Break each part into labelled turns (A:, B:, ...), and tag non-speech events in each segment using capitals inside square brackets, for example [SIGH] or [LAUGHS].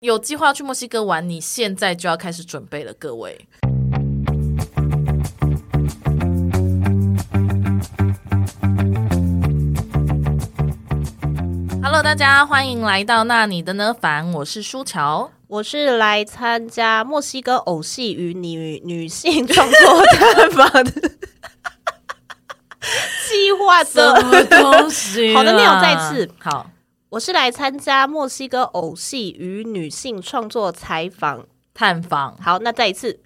A: 有计划去墨西哥玩，你现在就要开始准备了，各位。Hello，大家欢迎来到那你的呢凡，我是舒乔。
B: [LAUGHS] 我是来参加墨西哥偶戏与女女性创作探访的 [LAUGHS] 计划的。
A: 么东西
B: 好的没有再次
A: 好。
B: 我是来参加墨西哥偶戏与女性创作采访。
A: 探访
B: 好，那再一次。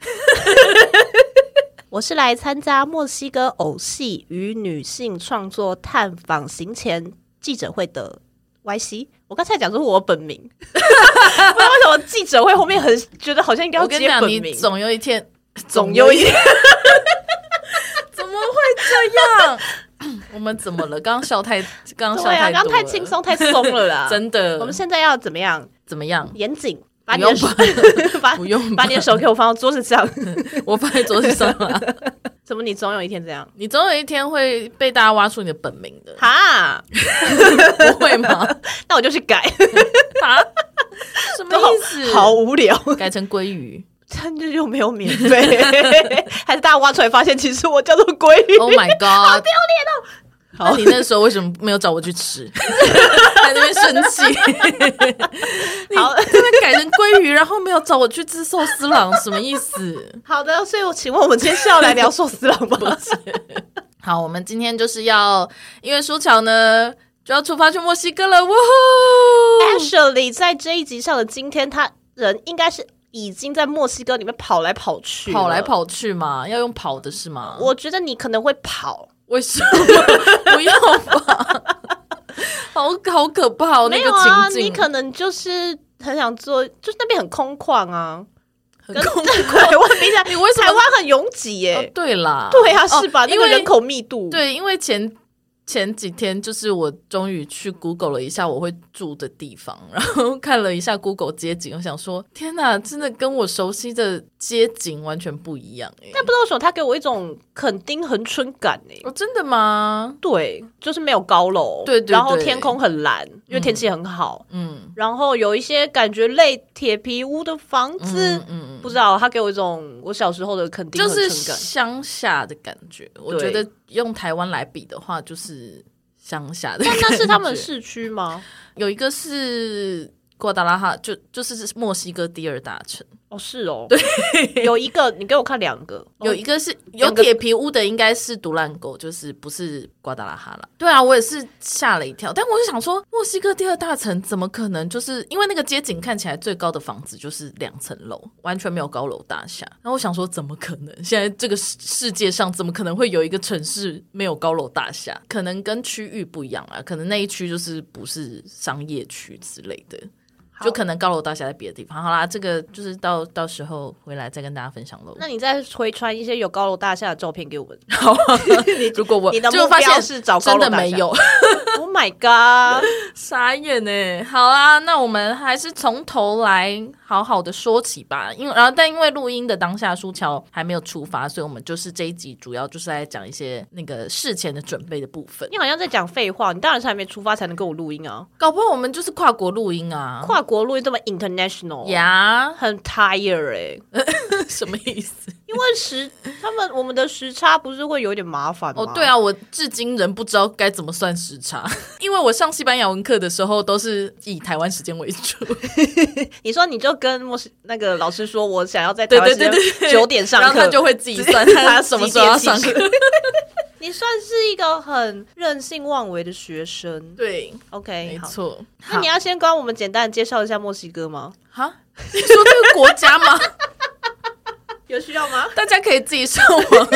B: 我是来参加墨西哥偶戏与女性创作探访行前记者会的 YC。我刚才讲的是我本 [LAUGHS] 名，不知道为什么记者会后面很觉得好像应该要
A: 我跟你
B: 接
A: 讲，
B: 本
A: 你
B: 名。
A: 总有一天，
B: [LAUGHS] 总有一天，
A: [LAUGHS] 怎么
B: [LAUGHS]
A: 会这样？我们怎么了？刚刚笑太，刚刚笑
B: 对
A: 太
B: 啊，
A: 多
B: 刚
A: 了，
B: 刚太轻松太松了
A: [LAUGHS]
B: 啦。
A: 真的。
B: 我们现在要怎么样？
A: 怎么样？
B: 严谨，把
A: 不
B: 你的
A: 用
B: 手 [LAUGHS] 把
A: 不用吧
B: 把你的手给我放到桌子上。 [LAUGHS]
A: 我放在桌子上 [LAUGHS] 了。
B: 怎么你总有一天这样？
A: 你总有一天会被大家挖出你的本名 [LAUGHS] 的，
B: 哈，
A: 不会吗？
B: 那我就去改，
A: 啊？什么意思？
B: [LAUGHS] 好无聊。
A: 改成鲑鱼。
B: 但这又没有
A: [LAUGHS]
B: 免费，还是大家挖出来发现，其实我叫做鲑鱼。
A: Oh my god！哦
B: 好
A: 那你那时候为什么没有找我去吃？ [LAUGHS] 还在那边生气，
B: 好
A: 这边改成鲑鱼，然后没有找我去吃寿司郎，什么意思？
B: 好的，所以我请问我们今天是要来聊寿司郎吗？
A: [LAUGHS] 好，我们今天就是要，因为舒乔呢就要出发去墨西哥了，哇呼！
B: Ashley 在这一集上的今天，他人应该是已经在墨西哥里面跑来跑去，
A: 跑来。跑去嘛，要用跑的是吗？
B: 我觉得你可能会跑，
A: 为什么不要吧？好好可怕哦，
B: 没
A: 那
B: 有
A: 个
B: 啊，
A: 情
B: 你
A: 景，
B: 可能就是很想做，就是那边很空旷啊，
A: 很
B: 跟
A: 恐
B: 台湾
A: [LAUGHS]
B: 比起来，
A: 你为什么
B: 台湾很拥挤
A: 哦
B: 耶？
A: 对啦，
B: 对啊，是吧？
A: 哦
B: 那
A: 因
B: 个
A: 为
B: 人口密度，
A: 对，因为前前几天就是我终于去 Google 了一下我会住的地方，然后看了一下 Google 街景，我想说，天哪，真的跟我熟悉的街景完全不一样哎、
B: 但不知道为什么他给我一种垦丁恒春感诶。
A: 哦，真的吗？
B: 对，就是没有高楼，
A: 对对
B: 然后
A: 对
B: 天空很蓝，因为天气很好，
A: 嗯
B: 然后有一些感觉类铁皮屋的房子
A: 嗯，嗯，
B: 不知道他给我一种我小时候的垦丁
A: 就
B: 恒
A: 是
B: 春感。
A: 乡下的感觉。我觉
B: 对
A: 得用台湾来比的话，就是乡下的感
B: 但
A: 觉。
B: 那是他 [LAUGHS] 们市区吗？
A: 有一个是瓜达拉哈，就就是墨西哥第二大城，
B: 哦，是哦，对，有一个你给我看两个，
A: 有
B: 哦
A: 一个是有
B: 两个
A: 铁皮屋的，应该是独烂狗，就是不是瓜达拉哈了。对啊，我也是吓了一跳，但我就想说，墨西哥第二大城怎么可能？就是因为那个街景看起来最高的房子就是两层楼，完全没有高楼大厦。然后我想说，怎么可能？现在这个世世界上怎么可能会有一个城市没有高楼大厦？可能跟区域不一样啊，可能那一区就是不是商业区之类的。就可能高楼大厦在别的地方。好啦，这个就是到到时候回来再跟大家分享喽。
B: 那你再回传一些有高楼大厦的照片给我们。
A: 如果我
B: [LAUGHS] 你的
A: 就
B: 目
A: 发现
B: 标是找高
A: 真
B: 楼
A: 的
B: 大厦
A: 没有，
B: Oh my god！
A: 傻眼呢。好啊，那我们还是从头来好好的说起吧。因为然后但因为录音的当下，舒乔还没有出发，所以我们就是这一集主要就是来讲一些那个事前的准备的部分。
B: 你好像在讲废话，你当然是还没出发才能跟我录音啊。
A: 搞不好我们就是跨国录音啊。
B: 跨国录音这么 international，、
A: 呀，
B: [LAUGHS] 很 tire 哎、
A: 什么意思？
B: 因为时他们我们的时差不是会有点麻烦
A: [LAUGHS]
B: 吗？
A: 哦，对，啊，我至今仍不知道该怎么算时差， [LAUGHS] 因为我上西班牙文课的时候都是以台湾时间为主，
B: 你说你就跟莫西那个老师说，我想要在台湾时
A: [LAUGHS]
B: 间
A: 对对对对
B: 九点上
A: 然后
B: 课，
A: 他就会自己算他
B: 他
A: 什么时候要上
B: 几
A: 课
B: 点。你算是一个很任性妄为的学生。
A: 对，
B: OK，
A: 没
B: 好，
A: 错。
B: 那你要先帮我们简单的介绍一下墨西哥吗？
A: 哈，你说这个国家吗？ [LAUGHS]
B: 有需要吗？
A: 大家可以自己上网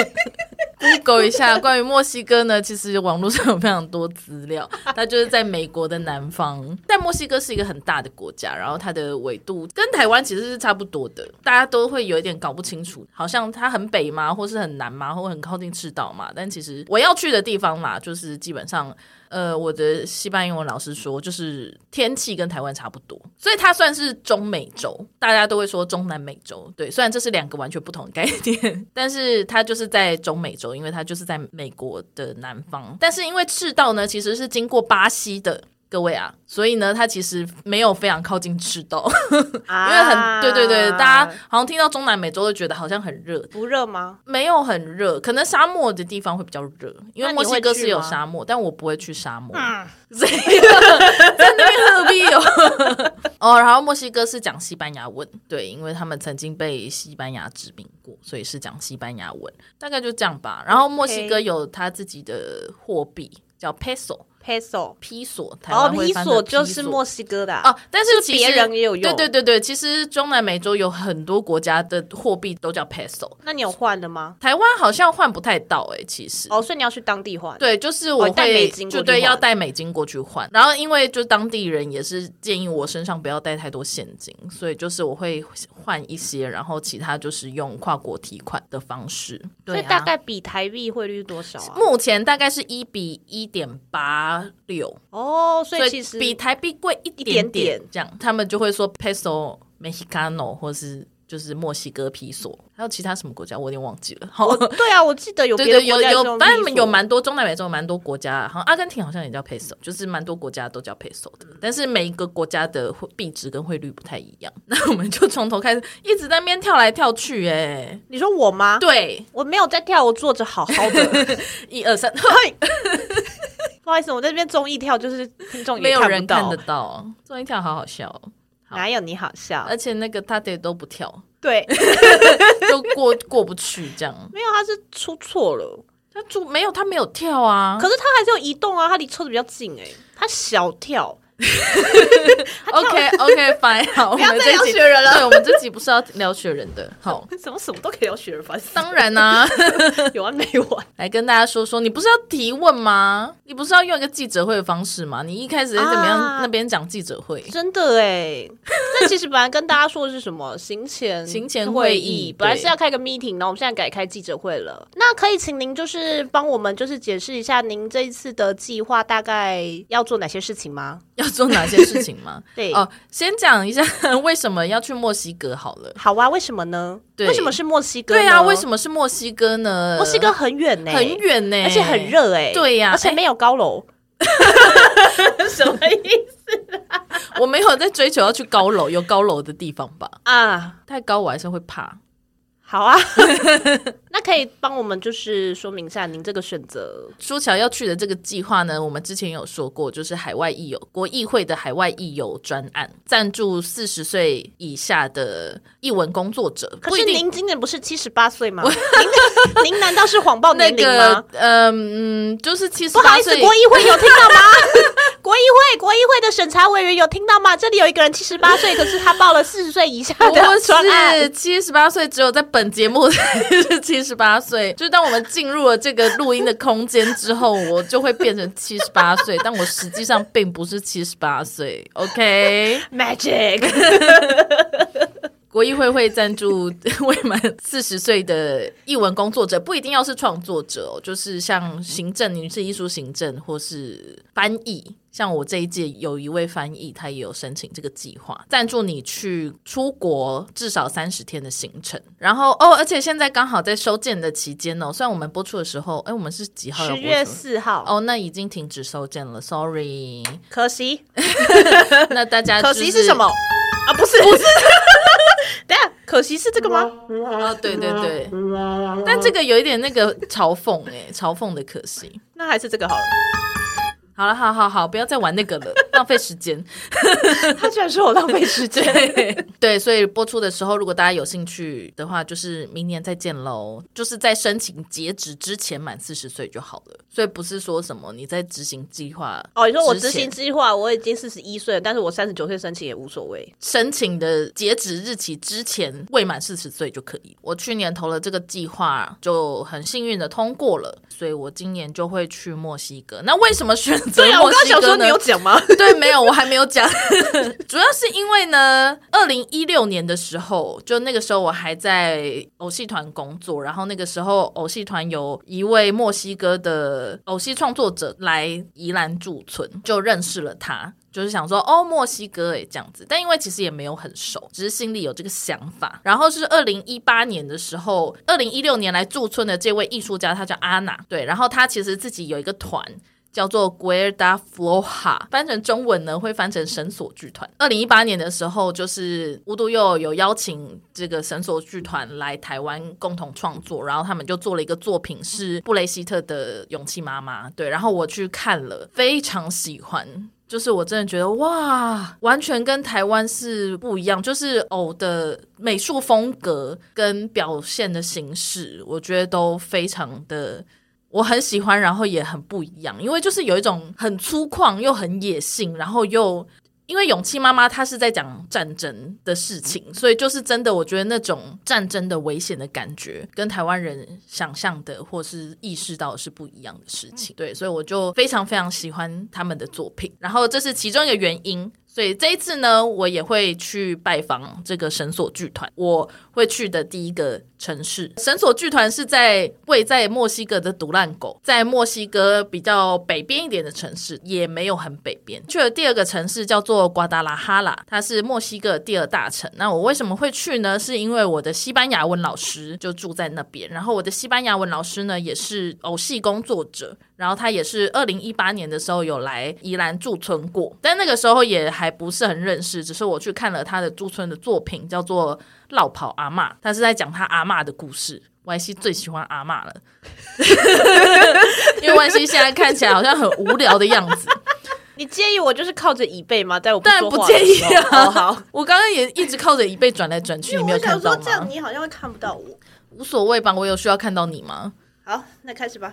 A: Google 一下关于墨西哥呢。其实网络上有非常多资料， [LAUGHS] 它就是在美国的南方。但墨西哥是一个很大的国家，然后它的纬度跟台湾其实是差不多的，大家都会有一点搞不清楚，好像它很北嘛，或是很南嘛，或很靠近赤道嘛。但其实我要去的地方嘛，就是基本上。呃，我的西班牙文老师说，就是天气跟台湾差不多，所以它算是中美洲，大家都会说中南美洲。对，虽然这是两个完全不同的概念， [LAUGHS] 但是它就是在中美洲，因为它就是在美国的南方。但是因为赤道呢，其实是经过巴西的。各位啊，所以呢，它其实没有非常靠近赤道， [LAUGHS] 因
B: 因
A: 为很对对对，大家好像听到中南美洲都觉得好像很热，
B: 啊不热吗？
A: 没有很热，可能沙漠的地方会比较热，因为
B: 那你
A: 墨
B: 会
A: 西哥
B: 去
A: 是有
B: 吗嗯
A: 沙漠，但我不会去沙漠，所以在那边何必有？ [LAUGHS] 哦，然后墨西哥是讲西班牙文，对，因为他们曾经被西班牙殖民过，所以是讲西班牙文，大概就这样吧。然后墨西哥
B: OK
A: 有他自己的货币叫 peso。
B: peso，
A: 披索，台
B: 然后
A: 湾会
B: 披
A: 翻成
B: 索哦就
A: 披
B: 是
A: 索
B: 墨西哥的啊
A: 哦，但是其实
B: 别人也有用
A: 对对对对，其实中南美洲有很多国家的货币都叫 peso，
B: 那你有换了吗？
A: 台湾好像换不太到哎、其实。
B: 哦，所以你要去当地换。
A: 对，啊就是我
B: 哦带
A: 会、
B: 美金过去
A: 就对
B: 换
A: 要带美金过去换，然后因为就当地人也是建议我身上不要带太多现金，所以就是我会换一些，然后其他就是用跨国提款的方式。
B: 所
A: 对、
B: 以
A: 啊，
B: 大概比台币汇率多少啊？
A: 目前大概是一比一点八六，
B: 哦，所
A: 所
B: 以
A: 以
B: 其实
A: 比台币贵一
B: 点
A: 点
B: 点
A: 这样，他们就会说 peso mexicano 或是就是墨西哥披索，还有其他什么国家我有点忘记了。好，
B: 对啊，我记得有
A: 对
B: 别的
A: 对，
B: 国
A: 有
B: 家也是
A: 有，
B: 用
A: 反
B: peso
A: 正有蛮多中南美洲有蛮多国家，好像阿根廷好像也叫 peso，就是蛮多国家都叫 peso 的，但是每一个国家的汇币值跟汇率不太一样。 [LAUGHS] 那我们就从头开始，一直在那边跳来跳去、哎，
B: 你说我吗？
A: 对，
B: 我没有在跳，我坐着好好的。
A: [LAUGHS] 一二三，
B: 不好意思，我在这边综艺跳，就是听众也
A: 没有人
B: 不
A: 看
B: 到
A: 得，到，综艺跳好好笑哦、
B: 哪有你好笑？
A: 而且那个他得都不跳，
B: 对， [LAUGHS]
A: 都过过不去这样。
B: 没有，他是出错了。
A: 他就没有，他没有跳啊。
B: 可是他还是有移动啊，他离车子比较近哎、他小
A: [LAUGHS]
B: 跳。
A: OK OK fine，好，我
B: 不要
A: 们
B: 再
A: 这一
B: 聊
A: 集
B: 雪人了
A: 对，我们这集不是要聊雪人的。好，
B: 怎么什么都可以聊雪人，
A: [LAUGHS]
B: 烦死了！
A: 当然啊啦、
B: 有完没完？
A: 来跟大家说说，你不是要提问吗？你不是要用一个记者会的方式吗？你一开始怎么样？
B: 啊
A: 那边讲记者会，
B: 真的哎、那其实本来跟大家说的是什么？行前
A: 行前
B: 会
A: 会议
B: 本来
A: 对
B: 是要开个 meeting，然后我们现在改开记者会了。那可以请您就是帮我们就是解释一下您这一次的计划大概要做哪些事情吗？
A: 要做哪些事情吗？
B: [LAUGHS] 对
A: 哦，先讲一下为什么要去墨西哥好了。
B: 好啊，为什么呢？
A: 对
B: 为什么是墨西哥呢？
A: 对啊，为什么是墨西哥呢？
B: 墨西哥很远呢、
A: 很远呢、
B: 而且很。热哎、
A: 对呀
B: 而且
A: 哎
B: 没有高
A: [LAUGHS]
B: 楼。什么意思
A: 我没有在追求要去高楼，有高楼的地方吧？
B: [LAUGHS] 啊？
A: 太高我还是会怕。
B: 好啊， [LAUGHS] 那可以帮我们就是说明一下您这个选择
A: 舒乔要去的这个计划呢，我们之前有说过，就是海外义友国议会的海外义友专案，赞助四十岁以下的译文工作者。
B: 可
A: 不一
B: 是
A: 定
B: 您今年不是七十八岁吗？您 [LAUGHS] 您难道是谎报
A: 那
B: 年龄
A: 个
B: 吗？，
A: 嗯嗯，就是七十
B: 不好
A: 八
B: 意思，
A: 岁，
B: 国议会有听到吗？ [LAUGHS] 国议会国议会的审查委员有听到吗？这里有一个人七十八岁，可是他报了四十岁以下
A: 不
B: 的专案
A: 是七十八岁，只有在本节目 [LAUGHS] 才是七十八岁。就是当我们进入了这个录音的空间之后，我就会变成七十八岁，但我实际上并不是七十八岁。OK。 [LAUGHS]
B: ，magic
A: 国议会会赞助 [LAUGHS] 未满四十岁的译文工作者，不一定要是创作者哦，就是像行政、你是艺术行政或是翻译。像我这一届有一位翻译，他也有申请这个计划，赞助你去出国至少三十天的行程。然后哦，而且现在刚好在收件的期间哦，虽然我们播出的时候，哎，我们是几号要
B: 十
A: 播出？
B: 月四号，
A: 哦，那已经停止收件了，sorry。
B: 可惜
A: 那大家、
B: [LAUGHS] 可
A: 就
B: 惜是什么？啊？不是不是， [LAUGHS] 等一下可惜是这个吗？
A: 哦，对对对，但这个有一点那个嘲讽哎、 [LAUGHS] 嘲讽的可惜。
B: 那还是这个好了。
A: 好了，好好好，不要再玩那个了，浪费时间。
B: 他居然说我浪费时间，
A: 对，所以播出的时候，如果大家有兴趣的话，就是明年再见喽。就是在申请截止之前满四十岁就好了，所以不是说什么你在执行计划
B: [LAUGHS] 哦，你说我执
A: 之前
B: 行计划，我已经四十一岁了，但是我三十九岁申请也无所谓。
A: 申请的截止日期之前未满四十岁就可以。我去年投了这个计划，就很幸运的通过了，所以我今年就会去墨西哥。那为什么选择
B: 对啊，我
A: 墨
B: 刚刚
A: 西
B: 想
A: 哥
B: 说你
A: 呢？
B: 有讲吗？
A: [LAUGHS] 对，没有，我还没有讲。 [LAUGHS] 主要是因为呢，二零一六年的时候，就那个时候我还在偶戏团工作，然后那个时候偶戏团有一位墨西哥的偶戏创作者来宜兰驻村，就认识了他。就是想说哦，墨西哥诶这样子，但因为其实也没有很熟，只是心里有这个想法。然后是二零一八年的时候，二零一六年来驻村的这位艺术家，他叫阿娜，对，然后他其实自己有一个团，叫做 Guerda Floja，翻成中文呢会翻成绳索剧团。二零一八年的时候，就是无独有偶有邀请这个绳索剧团来台湾共同创作，然后他们就做了一个作品是布雷希特的《勇气妈妈》，对，然后我去看了，非常喜欢。就是我真的觉得哇，完全跟台湾是不一样，就是偶的美术风格跟表现的形式，我觉得都非常的我很喜欢，然后也很不一样，因为就是有一种很粗犷又很野性，然后又因为勇气妈妈她是在讲战争的事情，所以就是真的，我觉得那种战争的危险的感觉，跟台湾人想象的或是意识到的是不一样的事情。对，所以我就非常非常喜欢他们的作品，然后这是其中一个原因。所以这一次呢，我也会去拜访这个绳索剧团。我会去的第一个城市，绳索剧团是在位在墨西哥的独烂狗，在墨西哥比较北边一点的城市，也没有很北边。去了第二个城市叫做瓜达拉哈拉，它是墨西哥第二大城。那我为什么会去呢？是因为我的西班牙文老师就住在那边，然后我的西班牙文老师呢也是偶戏工作者，然后他也是二零一八年的时候有来宜兰驻村过，但那个时候也还不是很认识，只是我去看了他的驻村的作品，叫做《绕跑阿嬷》，他是在讲他阿嬷的故事。Y C 最喜欢阿
B: [LAUGHS]
A: 嬷了，因为 Y C 现在看起来好像很无聊的样子。
B: 你介意我就是靠着椅背吗？在我不
A: 当然
B: [LAUGHS] 说
A: 不
B: 话的
A: 介意
B: 时候
A: 啊
B: 哦好，
A: 我刚刚也一直靠着椅背转来转去，你没有
B: [LAUGHS] 我
A: 看
B: 想
A: 到
B: 说
A: 吗
B: 这？样你好像会看不到我。
A: 无所谓吧，我有需要看到你
B: [LAUGHS]
A: 吗？ [LAUGHS]
B: 好，那开始 [LAUGHS] 吧。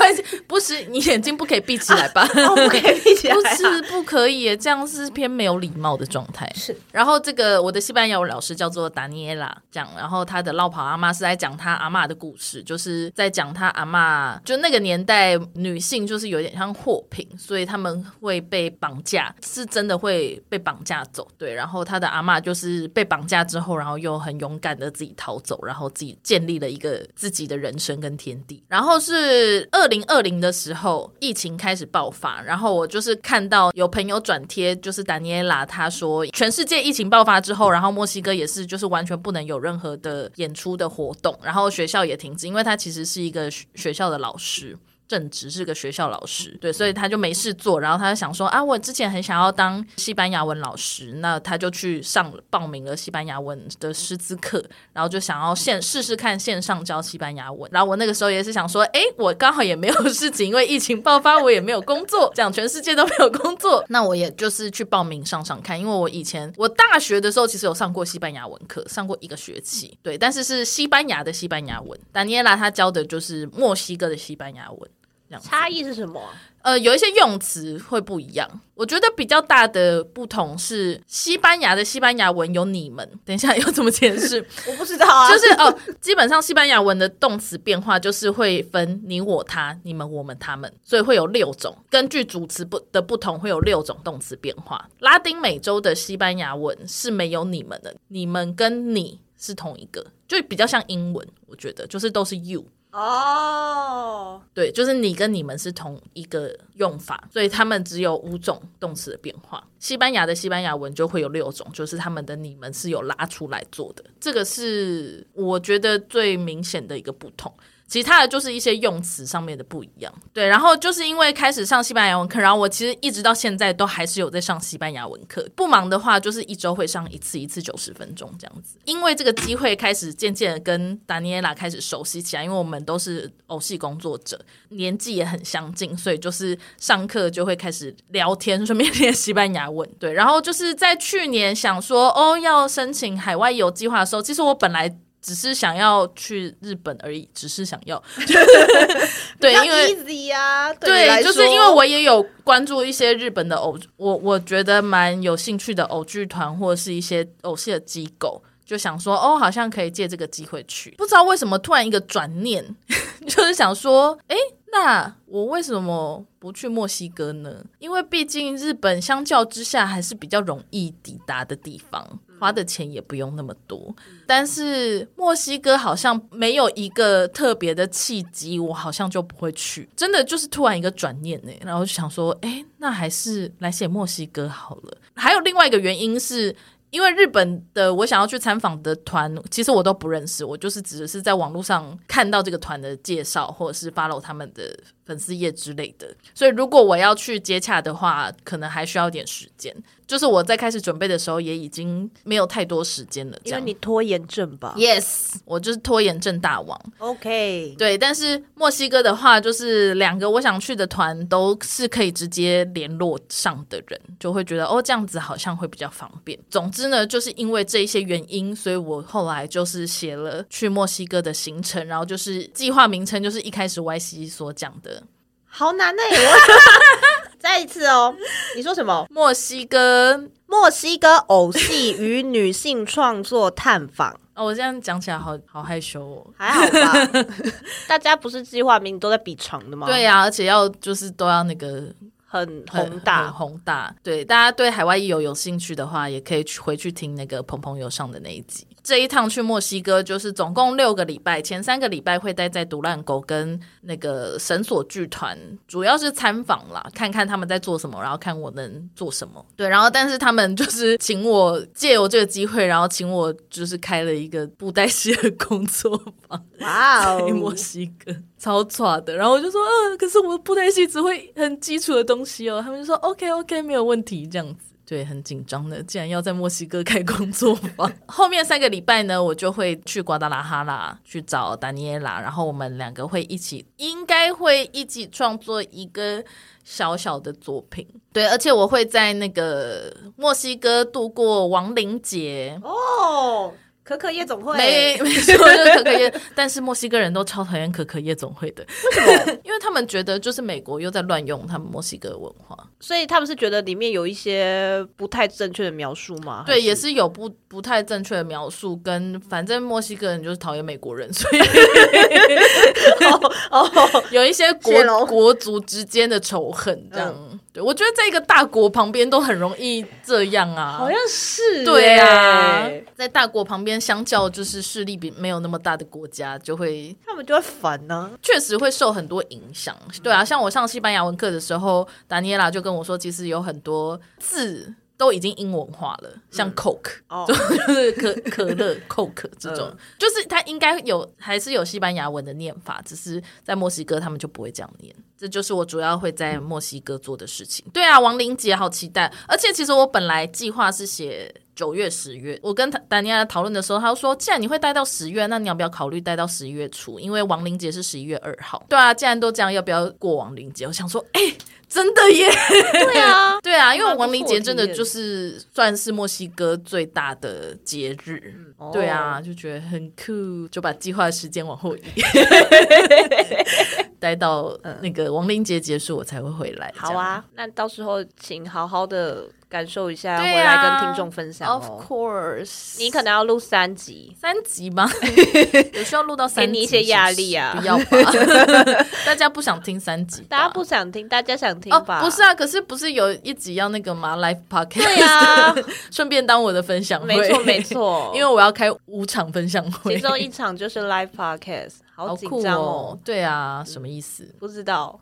A: Y C 不是，你眼睛不可以闭起来吧？
B: 哦，不可以闭起来、啊。
A: 不是不可以耶，这样是偏没有礼貌的状态。
B: 是，
A: 然后这个我的西班牙文老师叫做达尼埃拉，讲，然后他的绕跑阿妈是在讲他阿妈的故事，就是在讲他阿妈，就那个年代女性就是有点像货品，所以他们会被绑架，是真的会被绑架走。对，然后他的阿妈就是被绑架之后，然后又很勇敢的自己逃走，然后自己建立了一个自己的人生跟天地。然后是二零二零的时候，疫情开始爆发，然后我就是看到有朋友转贴，就是达尼埃拉他说，全世界疫情爆发之后，然后墨西哥也是就是完全不能有任何的演出的活动，然后学校也停止，因为他其实是一个学学校的老师。正职是个学校老师，对，所以他就没事做，然后他就想说啊，我之前很想要当西班牙文老师，那他就去上了报名了西班牙文的师资课，然后就想要线试试看线上教西班牙文。然后我那个时候也是想说，诶，我刚好也没 [LAUGHS] 有事情，因为疫情爆发，我也没有工作，讲全世界都没有工作，那我也就是去报名上上看，因为我以前我大学的时候其实有上过西班牙文课，上过一个学期，对，但是是西班牙的西班牙文，达尼埃拉她教的就是墨西哥的西班牙文。这样子
B: 差异是什么啊、
A: 呃，有一些用词会不一样。我觉得比较大的不同是西班牙的西班牙文有你们，等一下要 [LAUGHS] 怎么解释？
B: 我不知道啊。
A: 就是哦，基本上西班牙文的动词变化就是会分你、我、他、你们、我们、他们，所以会有六种。根据主词不的不同，会有六种动词变化。拉丁美洲的西班牙文是没有你们的，你们跟你是同一个，就比较像英文，我觉得就是都是 you。
B: 哦，
A: 对，就是你跟你们是同一个用法，所以他们只有五种动词的变化。西班牙的西班牙文就会有六种，就是他们的你们是有拉出来做的，这个是我觉得最明显的一个不同。其他的就是一些用词上面的不一样，对。然后就是因为开始上西班牙文课，然后我其实一直到现在都还是有在上西班牙文课。不忙的话，就是一周会上一次，一次九十分钟这样子。因为这个机会开始渐渐的跟达尼埃拉开始熟悉起来，因为我们都是偶戏工作者，年纪也很相近，所以就是上课就会开始聊天，顺便练西班牙文。对，然后就是在去年想说哦要申请海外游计划的时候，其实我本来。只是想要去日本而已，只是想要， [LAUGHS] 对，
B: 比较
A: 因为
B: easy 啊，对你来
A: 对，
B: 说，
A: 就是因为我也有关注一些日本的偶，我我觉得蛮有兴趣的偶剧团或者是一些偶戏的机构，就想说哦，好像可以借这个机会去。不知道为什么突然一个转念， [LAUGHS] 就是想说，诶，那我为什么不去墨西哥呢？因为毕竟日本相较之下还是比较容易抵达的地方，花的钱也不用那么多。但是墨西哥好像没有一个特别的契机，我好像就不会去。真的就是突然一个转念呢、然后就想说，诶，那还是来写墨西哥好了。还有另外一个原因是。因为日本的我想要去参访的团，其实我都不认识，我就是只是在网络上看到这个团的介绍，或者是 follow 他们的粉丝页之类的。所以如果我要去接洽的话，可能还需要一点时间。就是我在开始准备的时候，也已经没有太多时间了。这
B: 因为
A: 样
B: 你拖延症吧
A: Yes，我就是拖延症大王。
B: ？OK，
A: 对，但是墨西哥的话，就是两个我想去的团都是可以直接联络上的人，就会觉得哦，这样子好像会比较方便。总之呢，就是因为这一些原因，所以我后来就是写了去墨西哥的行程，然后就是计划名称就是一开始 Y C 所讲的
B: 好难哎、我 [LAUGHS] 再一次哦，你说什么？
A: 墨西哥。
B: 墨西哥偶戏与女性创作探访。
A: 哦，我这样讲起来好好害羞哦。
B: 还好吧， [LAUGHS] 大家不是计划名都在比长的吗？
A: 对，啊呀、而且要就是都要那个
B: 很
A: 很
B: 宏大
A: 很。宏大。对，大家对海外艺游有兴趣的话，也可以去回去听那个鹏鹏游上的那一集。这一趟去墨西哥就是总共六个礼拜，前三个礼拜会待在独烂狗跟那个绳索剧团，主要是参访啦，看看他们在做什么，然后看我能做什么。对，然后但是他们就是请我借由这个机会，然后请我就是开了一个布袋戏的工作坊。
B: 哇
A: [LAUGHS]
B: 哦
A: 在墨西哥，超差的。然后我就说，嗯、可是我布袋戏只会很基础的东西哦。他们就说，OK OK，没有问题，这样子。对，很紧张的，竟然要在墨西哥开工作坊。后面三个礼拜呢，我就会去瓜达拉哈拉去找达尼耶拉，然后我们两个会一起，应该会一起创作一个小小的作品。对，而且我会在那个墨西哥度过亡灵节。
B: 哦，可可夜总会
A: 没没错，就是可可夜。但是墨西哥人都超讨厌可可夜总会的，为什么？因为他们觉得就是美国又在乱用他们墨西哥文化。
B: 所以他们是觉得里面有一些不太正确的描述吗？
A: 对，也是有不不太正确的描述，跟反正墨西哥人就是讨厌美国人， [LAUGHS] 所以
B: 哦
A: 有一些
B: 谢
A: 国
B: 喽
A: 国族之间的仇恨这样。对，我觉得在一个大国旁边都很容易这样啊，
B: 好像是
A: 对啊
B: 耶，
A: 在大国旁边，相较就是势力比没有那么大的国家，就会
B: 他们就会烦呢。
A: 确实会受很多影响。对啊，像我上西班牙文课的时候，达尼耶拉就跟我说，其实有很多字都已经英文化了，像 Coke，、
B: 哦
A: 就是可可乐 Coke 这种，就是它应该有还是有西班牙文的念法，只是在墨西哥他们就不会这样念。这就是我主要会在墨西哥做的事情。对啊，亡灵节好期待！而且其实我本来计划是写九月、十月。我跟达尼亚讨论的时候，他就说：“既然你会待到十月，那你要不要考虑待到十一月初？因为亡灵节是十一月二号。”对啊，既然都这样，要不要过亡灵节？我想说，哎、真的耶！
B: 对
A: [LAUGHS]
B: 啊，
A: 对啊，因为
B: 蛮不
A: 亡灵
B: 错
A: 节
B: 的
A: 真的
B: 耶
A: 就是算是墨西哥最大的节日。
B: 哦
A: 对啊，就觉得很酷，就把计划的时间往后 [LAUGHS] 移，待到那个亡灵节结束我才会回来。
B: 好啊，那到时候请好好的感受一下，
A: 对啊
B: 回来跟听众分
A: 这
B: 享
A: 样
B: 哦。
A: ，Of course，
B: 你可能要录三集，
A: 三集吗？ [LAUGHS] 有需要录到三集？
B: 给你一些压力啊
A: 是不是不要吧， [LAUGHS] 大家不想听三集吧，
B: 大家不想听，大家想听
A: 哦，
B: 吧？
A: 不是啊，可是不是有一集要那个吗？Live podcast，[LAUGHS]
B: 对啊，
A: 顺便当我的分享会，
B: 没错没，错，
A: 因为我要开五场分享
B: 哦其
A: 会，
B: 中一场就是 live podcast，
A: [LAUGHS]
B: 好
A: 好
B: 紧
A: 酷
B: 张
A: 哦，对啊，什么意思？
B: 不知道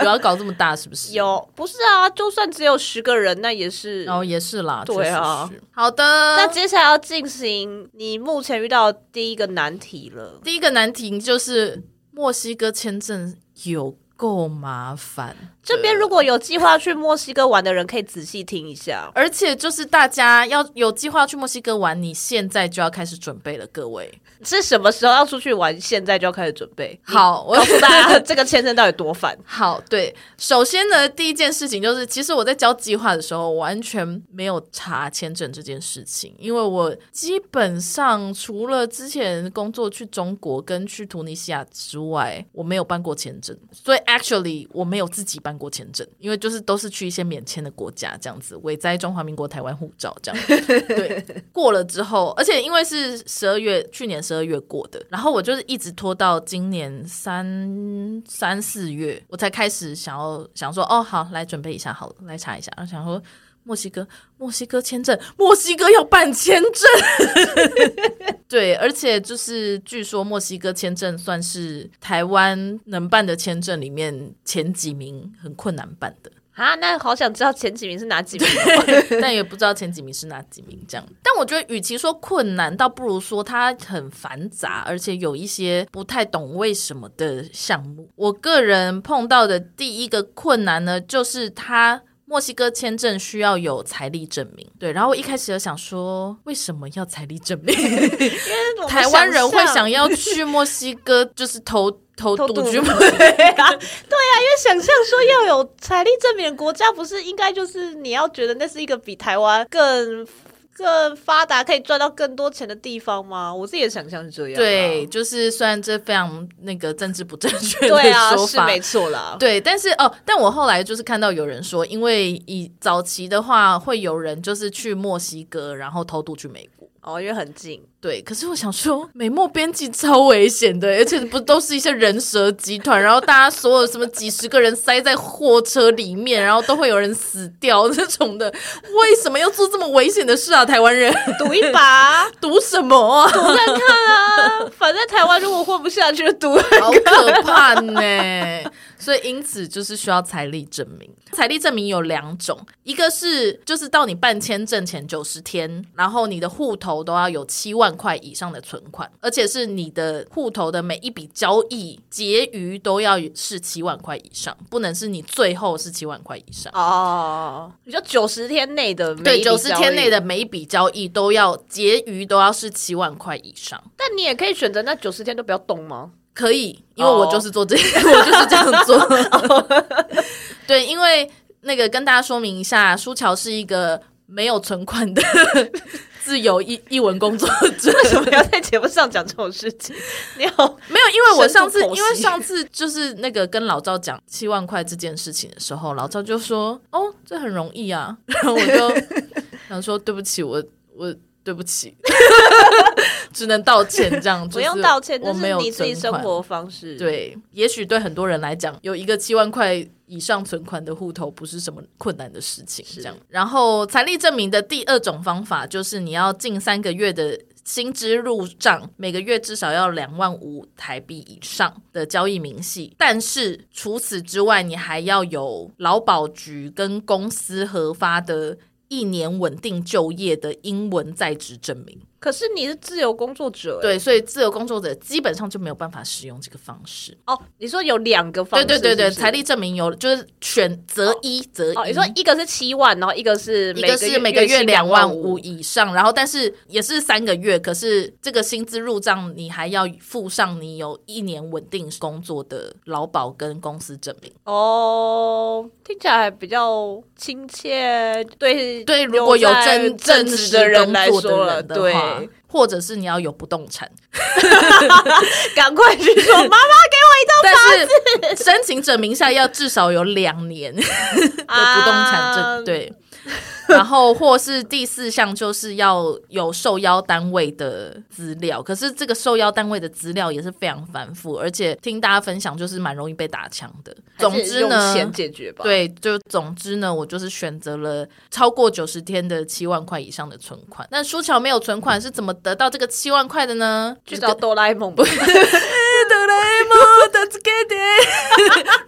A: 有要搞这么大是不是？
B: 有不是啊？就算只有十个人，那也是。
A: 然后也是啦，
B: [LAUGHS] 对啊
A: 确实是，好的。
B: 那
A: 那
B: 接下来要进行你目前遇到的第一个难题了。
A: 第一个难题就是墨西哥签证有够麻烦，
B: 这边如果有计划去墨西哥玩的人，可以仔细听一下。
A: 而且就是大家要有计划去墨西哥玩，你现在就要开始准备了，各位。
B: 是什么时候要出去玩？现在就要开始准 [LAUGHS] 备。
A: 好，我
B: 告诉大家这个签证到底多烦。 [LAUGHS]
A: 好对，首先呢，第一件事情就是，其实我在交计划的时候，我完全没有查签证这件事情，因为我基本上除了之前工作去中国跟去突尼西亚之外，我没有办过签证，所以 actually 我没有自己办过签证，因为就是都是去一些免签的国家这样子，伪摘中华民国台湾护照这样。对，过了之后，而且因为是十二月，去年十二月过的，然后我就是一直拖到今年三三四月，我才开始想要想说，哦，好，来准备一下，好了，来查一下，然后想说。墨西哥，墨西哥签证，墨西哥要办签证。 [LAUGHS] 对，而且就是据说墨西哥签证算是台湾能办的签证里面前几名，很困难办的。
B: 啊，那好想知道前几名是哪几名哦。
A: [LAUGHS] 但也不知道前几名是哪几名这样。但我觉得，与其说困难，倒不如说它很繁杂，而且有一些不太懂为什么的项目。我个人碰到的第一个困难呢，就是它。墨西哥签证需要有财力证明，对。然后我一开始就想说，为什么要财力
B: [LAUGHS]
A: 证明？
B: 因为
A: [LAUGHS] 台湾人会想
B: 因
A: 要去墨西哥，就是
B: [LAUGHS]
A: 投投
B: 投
A: 赌
B: 赌
A: 去
B: 吗
A: 吗？
B: 啊为想象说要有财力证明的国家，不是应该就是你要觉得那是一个比台湾更更发达，可以赚到更多钱的地方吗？我自己的想象是这样啊。
A: 对，就是虽然这非常那个政治不正确的
B: 对啊，
A: 说
B: 是
A: 法，
B: 没错啦。
A: 对，但是哦，但我后来就是看到有人说，因为以早期的话，会有人就是去墨西哥，然后偷渡去美国。
B: 哦，因为很近，
A: 对，可是我想说，美墨边境超危险的，而且不都是一些人蛇集团，然后大家所有什么几十个人塞在货车里面，然后都会有人死掉 [LAUGHS] 这种的，为什么要做这么危险的事啊？台湾人 [LAUGHS]
B: 赌一把， [LAUGHS]
A: 赌什么啊？
B: 看啊，反正台湾如果混不下去就
A: [LAUGHS]
B: 赌。 [LAUGHS]
A: 好可怕呢！所以因此就是需要财力证明。财力证明有两种，一个是就是到你办签证前九十天，然后你的户头都要有七万块以上的存款，而且是你的户头的每一笔交易结余都要是七万块以上，不能是你最后是七万块以上。
B: 哦，你说九十天内的每
A: 对，
B: 一笔
A: 九十
B: 交
A: 天内
B: 易，
A: 的每一笔交易都要结余都要是七万块以上。
B: 但你也可以选择那九十天都不要动吗？ [LAUGHS]
A: 可以，因为我就是做这我就是这样做。 [LAUGHS] 对，因为那个跟大家说明一下，舒乔是一个没有存款的 [LAUGHS] 自由译译文工作者。
B: 为什么要在节目上讲这种事情？你好，
A: [LAUGHS] 没有，因为我上次
B: 深度剖析
A: 因为上次就是那个跟老赵讲七万块这件事情的时候，老赵就说：“哦，这很容易 [LAUGHS] 啊。”然后我就想说：“对不起，我我。”对不 [LAUGHS] 起，只能道歉，这样
B: 不
A: 就是
B: 用道歉，
A: 我
B: 这
A: 没
B: 是
A: 有
B: 你自己
A: 存
B: 生
A: 款
B: 活方式。，
A: 对，也许对很多人来讲，有一个七万块以上存款的户头不是什么困难的事情。这样，然后财力证明的第二种方法就是你要近三个月的。薪资入账每个月至少要两万五台币以上的交易明细，但是除此之外，你还要有劳保局跟公司核发的一年稳定就业的英文在职证明。
B: 可是你是自由工作者，欸
A: 对，所以自由工作者基本上就没有办法使用这个方式。
B: 哦，你说有两个方式，
A: 对对对对，
B: 是不是
A: 财力证明有就是选择一择一。
B: 哦，你说一个是七万，然后一个是
A: 一个是每个月
B: 月
A: 两万
B: 万
A: 五，以上，然后但是也是三个月，可是这个薪资入账你还要附上你有一年稳定工作的劳保跟公司证明。
B: 哦，听起来比较亲切。对
A: 对，如果有
B: 在
A: 正
B: 正
A: 职
B: 职的人来
A: 工作
B: 说
A: 的
B: 了，
A: 人的
B: 对，
A: 话，或者是你要有不动 [LAUGHS] 产，
B: 赶快去说妈
A: [LAUGHS] 但是申请者名下要至少有两年。
B: 妈
A: 的不动产证、
B: 啊
A: 对。然后或是第四项就是要有受邀单位的资料，可是这个受邀单位的资料也是非常繁复，而且听大家分享就是蛮容易被打枪的。总
B: 还是
A: 之呢
B: 用，钱解决吧。，
A: 对，就总之呢，我就是选择了超过九十天的七万块以上的存款。那舒乔没有存款是怎么得到这个七万块的呢？
B: 去
A: 就是
B: 找哆啦 A 梦吧。
A: 哆啦 A 梦的 s k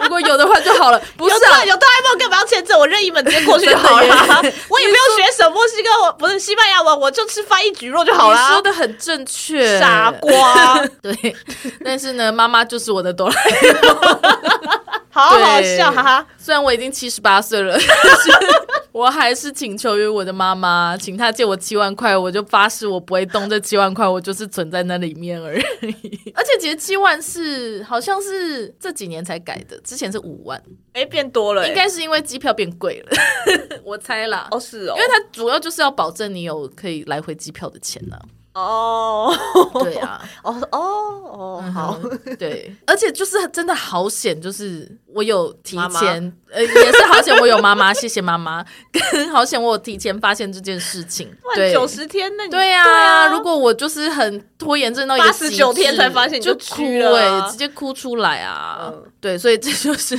A: 如果有的话就好了，不是
B: 有
A: 啊
B: 哆，有哆啦 A 梦干嘛要签证？我任意门直接过去
A: [LAUGHS]
B: 就好
A: 真
B: 啦。 [LAUGHS] 我也不用学什么墨西哥文，不是西班牙文，我就吃翻译橘肉就好
A: 你
B: 啦
A: 说。的很正确，
B: 傻瓜，
A: [LAUGHS] 对，但是呢，妈妈就是我的哆啦 A 梦。
B: [LAUGHS] 好好
A: 对
B: 笑，哈哈。
A: 虽然我已经七十八岁了，但是我还是请求于我的妈妈，请她借我七万块，我就发誓我不会动这七万块，我就是存在那里面而已。 [LAUGHS] 而且其实七万是好像是这几年才改的，之前是五万，
B: 哎，变多了欸，
A: 应该是因为机票变贵了， [LAUGHS] 我猜啦。
B: 哦是哦，
A: 因为它主要就是要保证你有可以来回机票的钱呢、
B: 哦，
A: 对啊，
B: [LAUGHS] 哦哦哦，好，
A: 嗯对， [LAUGHS] 而且就是真的好险，就是我有提前，
B: 妈妈
A: 呃，也是好险我有妈妈，谢谢妈妈，跟好险我有提前发现这件事
B: [LAUGHS]
A: 情，对。
B: 九十天那你
A: 对呀、
B: 啊，
A: 如果我就是很拖延症到一个极致
B: 89天才发现你
A: 就
B: 就
A: 哭
B: 去了啊
A: 欸直接哭出来啊！
B: 嗯
A: 对，所以这就是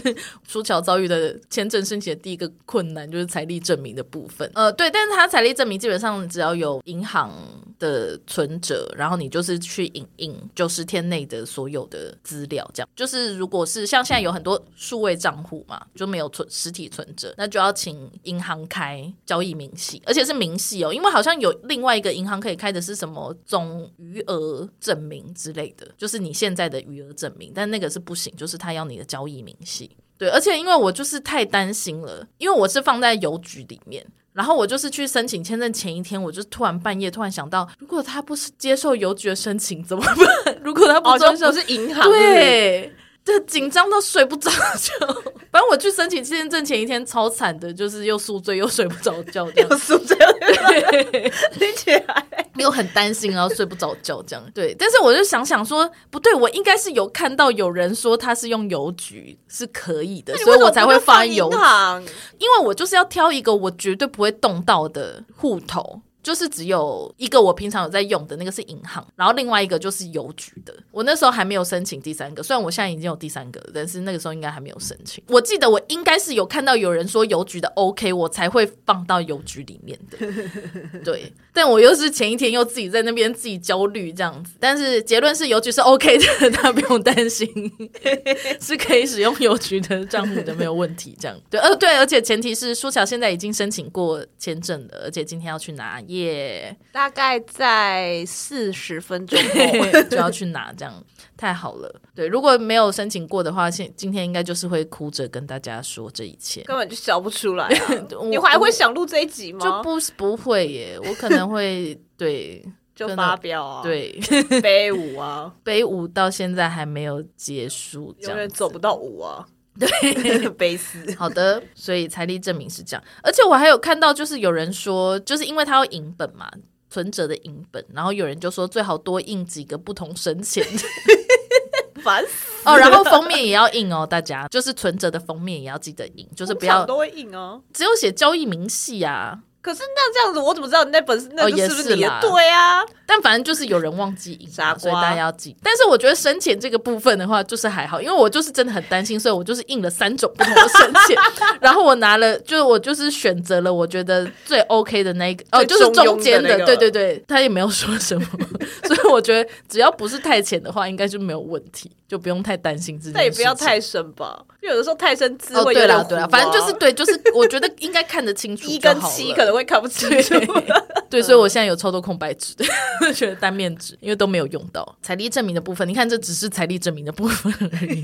A: 舒乔遭遇的签证申请的第一个困难，就是财力证明的部分。呃，对，但是他财力证明基本上只要有银行的存折，然后你就是去影印九十天内的所有的资料，这样就是如果是像现在有很多数位账户嘛，就没有存实体存折，那就要请银行开交易明细，而且是明细哦，因为好像有另外一个银行可以开的是什么总余额证明之类的，就是你现在的余额证明，但那个是不行，就是他要你的交易明细。对，而且因为我就是太担心了，因为我是放在邮局里面，然后我就是去申请签证前一天，我就突然半夜突然想到，如果他不是接受邮局的申请怎么办？ [LAUGHS] 如果他不
B: 哦，就
A: 接受，
B: 不是银行，
A: 对。对，紧张到睡不着觉。反正我去申请签证前一天超惨的，就是又宿醉又睡不着觉，这样
B: [LAUGHS] 有苏这样听起来，
A: [LAUGHS] 又很担心，然后睡不着觉这样。对，但是我就想想说，不对，我应该是有看到有人说他是用邮局是可以的， [LAUGHS] 所以我才会放在邮局
B: 银。行。
A: 因为我就是要挑一个我绝对不会动到的户头。就是只有一个我平常有在用的那个是银行，然后另外一个就是邮局的。我那时候还没有申请第三个，虽然我现在已经有第三个了，但是那个时候应该还没有申请。我记得我应该是有看到有人说邮局的 OK，我才会放到邮局里面的。对，但我又是前一天又自己在那边自己焦虑这样子，但是结论是邮局是 OK 的，大家不用担心。 [LAUGHS] 是可以使用邮局的账户的，没有问题。这样对，呃，对，而且前提是舒乔现在已经申请过签证了，而且今天要去拿，
B: [LAUGHS]
A: 耶、
B: 大概在四十分钟后，
A: 对哦就要去拿，这样太好了。对，如果没有申请过的话，现今天应该就是会哭着跟大家说这一切。
B: 根本就笑不出来啊、
A: 我
B: [LAUGHS] 你还会想录这一集吗？
A: 就不不会耶？我可能会
B: [LAUGHS]
A: 对
B: 就
A: 真的
B: 发飙啊，，
A: 对， [LAUGHS]
B: 飞舞啊，
A: 北舞到现在还没有结束， [LAUGHS] 这
B: 永
A: 样
B: 远
A: 子
B: 走不到舞啊， [LAUGHS] 对，悲死。
A: 好的，所以财力证明是这样。而且我还有看到，就是有人说，就是因为他要影本嘛，存折的影本，然后有人就说最好多印几个不同深浅
B: 烦死，
A: [LAUGHS] 哦，然后封面也要印哦，大家就是存折的封面也要记得印，就是不
B: 通常
A: 要
B: 都会硬啊。
A: 只有写交易明细啊。
B: 可是那这样子，我怎么知道你那本是那
A: 哦
B: 个
A: 也
B: 是不
A: 是
B: 是你的？
A: 啦
B: 对啊，
A: 但反正就是有人忘记印
B: 傻
A: 嘛，
B: 瓜
A: 所以大家要记。但是我觉得深浅这个部分的话，就是还好，因为我就是真的很担心，所以我就是印了三种不同的深
B: [LAUGHS]
A: 浅，然后我拿了，就是我就是选择了我觉得最 OK 的那一个，哦，就
B: 最
A: 是
B: 中庸的
A: 中间
B: 那
A: 的，
B: 个
A: 对对对，他也没有说什
B: [LAUGHS]
A: 么，所以我觉得只要不是太浅的话，应该就没有问题，就不用太担心这件事情。
B: 但也不要太深吧，因为有的时候太深滋
A: 哦，
B: 味
A: 对
B: 有点
A: 了
B: 糊啊
A: 对了，反正就是对，就是我觉得应该看得清楚
B: 一
A: 就
B: 跟
A: 好
B: 七 [LAUGHS]
A: 了
B: 可能会看不清楚。 [LAUGHS]
A: 对， [LAUGHS] 所以我现在有超多空白纸， [LAUGHS] 觉得单面纸，因为都没有用到财力证明的部分。你看，这只是财力证明的部分而已。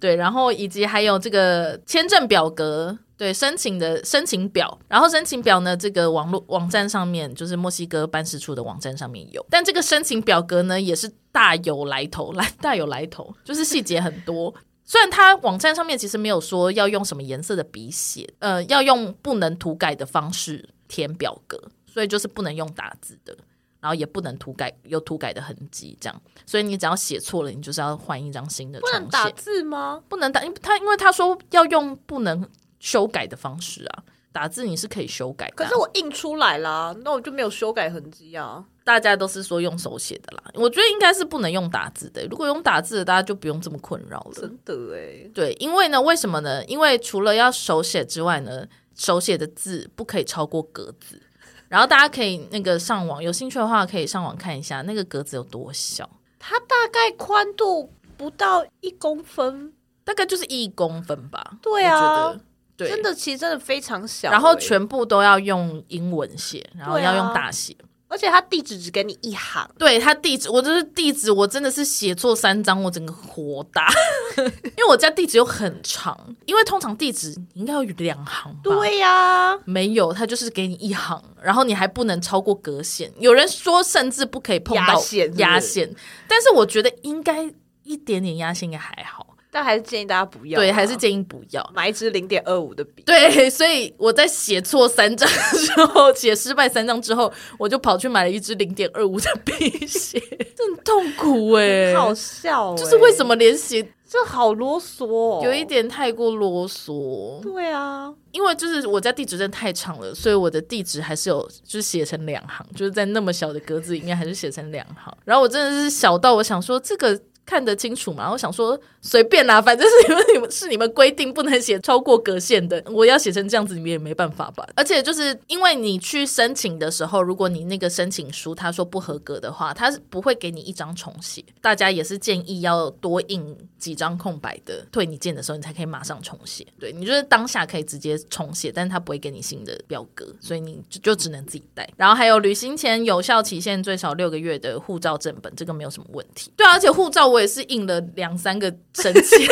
A: 对，然后以及还有这个签证表格。对申请的申请表，然后申请表呢，这个网络网站上面就是墨西哥办事处的网站上面有，但这个申请表格呢也是大有来头，来大有来头，就是细节很多。 [LAUGHS] 虽然它网站上面其实没有说要用什么颜色的笔写，呃，要用不能涂改的方式填表格，所以就是不能用打字的，然后也不能涂改有涂改的痕迹，这样。所以你只要写错了，你就是要换一张新的
B: 不
A: 重
B: 能
A: 写。
B: 打字吗？
A: 不能打，因为他因为他说要用不能修改的方式啊，打字你是可以修改的
B: 可
A: 啊、
B: 是我印出来啦，那我就没有修改痕迹啊。
A: 大家都是说用手写的啦，我觉得应该是不能用打字的。如果用打字的，大家就不用这么困扰了。
B: 真的哎，
A: 对，因为呢，为什么呢？因为除了要手写之外呢，手写的字不可以超过格子。然后大家可以那个上网，有兴趣的话可以上网看一下那个格子有多小，
B: 它大概宽度不到一公分，
A: 大概就是一公分吧。
B: 对啊
A: 我觉得对，
B: 真的其实真的非常小欸。
A: 然后全部都要用英文写，然后
B: 对啊
A: 要用大写。
B: 而且它地址只给你一行，
A: 对他地址，我就是地址，我真的是写错三张，我整个火大，因为我家地址又很长，因为通常地址应该要有两行吧。
B: 对呀、
A: 没有，他就是给你一行，然后你还不能超过格线。有人说甚至不可以碰到
B: 压线是不是
A: 压线但是我觉得应该一点点压线应该还好。
B: 但还是建议大家不要啊，
A: 对，还是建议不要。
B: 买一支零点二五的笔。
A: 对，所以我在写错三张之后，写失败三张之后，我就跑去买了一支零点二五的笔写，这很痛苦哎、
B: 好笑、欸，
A: 就是为什么连写
B: 这好啰嗦、哦，
A: 有一点太过啰嗦，
B: 对啊，
A: 因为就是我家地址真的太长了，所以我的地址还是有就是写成两行，就是在那么小的格子里面还是写成两行。然后我真的是小到我想说，这个看得清楚嘛，然后想说随便啦，反正是你们你们是你们规定不能写超过格线的，我要写成这样子你们也没办法吧。而且就是因为你去申请的时候，如果你那个申请书他说不合格的话，他是不会给你一张重写，大家也是建议要多印几张空白的，退你件的时候你才可以马上重写。对你就是当下可以直接重写，但是他不会给你新的表格，所以你就就只能自己带。然后还有旅行前有效期限最少六个月的护照正本，这个没有什么问题。对啊、而且护照我也是印了两三个 [LAUGHS] 神器。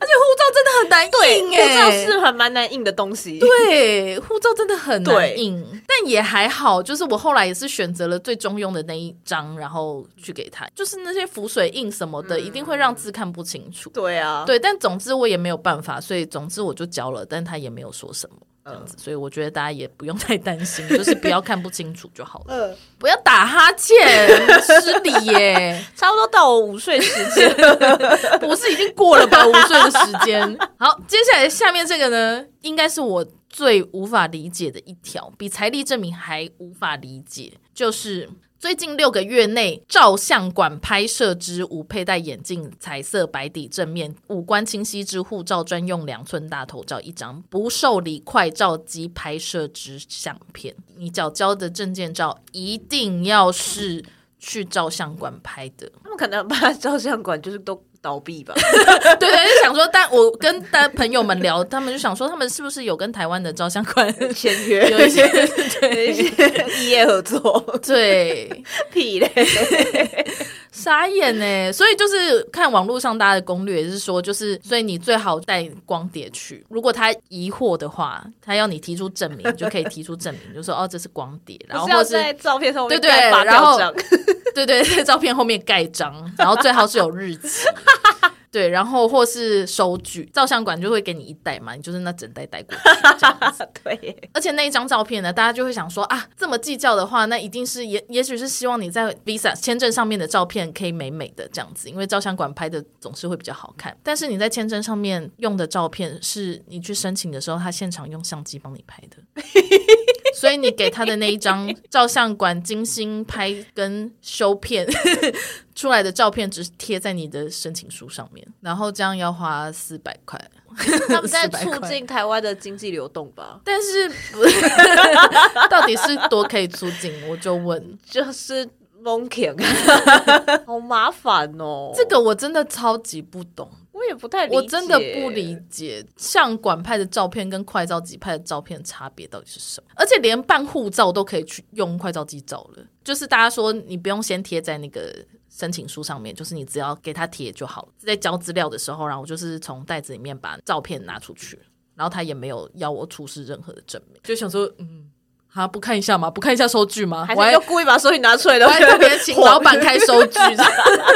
A: 而且护照真的很难印
B: 护照
A: 哎、
B: 欸是很蛮难印的东西。
A: 对，护照真的很
B: 对
A: 难印，但也还好，就是我后来也是选择了最中庸的那一张，然后去给他，就是那些浮水印什么的，一定会让字看不清楚。
B: 对啊，
A: 对，但总之我也没有办法，所以总之我就交了，但他也没有说什么。这样子，所以我觉得大家也不用太担心，就是不要看不清楚就好了， [LAUGHS]
B: 嗯，
A: 不要打哈欠，失礼耶。
B: 差不多到我午睡时间， [LAUGHS]
A: [LAUGHS] 不是已经过了吧？午睡的时间。好，接下来下面这个呢，应该是我最无法理解的一条，比财力证明还无法理解，就是。最近六个月内，照相馆拍摄之无佩戴眼镜、彩色白底正面、五官清晰之护照专用两寸大头照一张，不受理快照机拍摄之相片。你缴交的证件照一定要是去照相馆拍的，
B: 他们可能把照相馆就是都倒
A: [LAUGHS]
B: 闭吧。
A: 对对，就想说，但我跟大家朋友们聊，他们就想说，他们是不是有跟台湾的照相馆
B: 签约
A: 有一些
B: [LAUGHS] 对一些异业合作，
A: 对
B: 屁嘞！
A: 傻眼呢？所以就是看网络上大家的攻略，也是说，就是所以你最好带光碟去，如果他疑惑的话，他要你提出证明，你就可以提出证明，就说哦这是光碟，然后
B: 不是啊要
A: 或是
B: 在照片上面
A: 对对
B: 盖发
A: 然后
B: 票章，
A: 对对， [LAUGHS] 那个照片后面盖章，然后最好是有日期。 [LAUGHS] 对，然后或是收据，照相馆就会给你一袋嘛，你就是那整袋带过去这样子。
B: [LAUGHS] 对，
A: 而且那一张照片呢，大家就会想说啊，这么计较的话，那一定是也也许是希望你在 Visa 签证上面的照片可以美美的这样子，因为照相馆拍的总是会比较好看。但是你在签证上面用的照片，是你去申请的时候，他现场用相机帮你拍
B: [LAUGHS]
A: 的。所以你给他的那一张照相馆精心拍跟修片 [LAUGHS] 出来的照片，只是贴在你的申请书上面，然后这样要花四百块。 [LAUGHS]
B: 他们在
A: 400
B: 促
A: 块
B: 进台湾的经济流动吧？
A: 但 [LAUGHS] 是到底是多可以出境，我就问
B: 就是
A: [LAUGHS]
B: 蒙恬，好麻烦哦。
A: 这个，我真的超级不懂，
B: 我也不太理解，
A: 我真的不理解相馆拍的照片跟快照机拍的照片差别到底是什么，而且连办护照都可以去用快照机照了，就是大家说你不用先贴在那个。申请书上面就是你只要给他贴就好了。在交资料的时候，然后我就是从袋子里面把照片拿出去，然后他也没有要我出示任何的证明，就想说，嗯，哈，不看一下吗？不看一下收据吗？
B: 还
A: 我
B: 是就故意把手机拿出来的，
A: 我还
B: [LAUGHS]
A: 特别请
B: 火
A: 老板开收据。 [LAUGHS]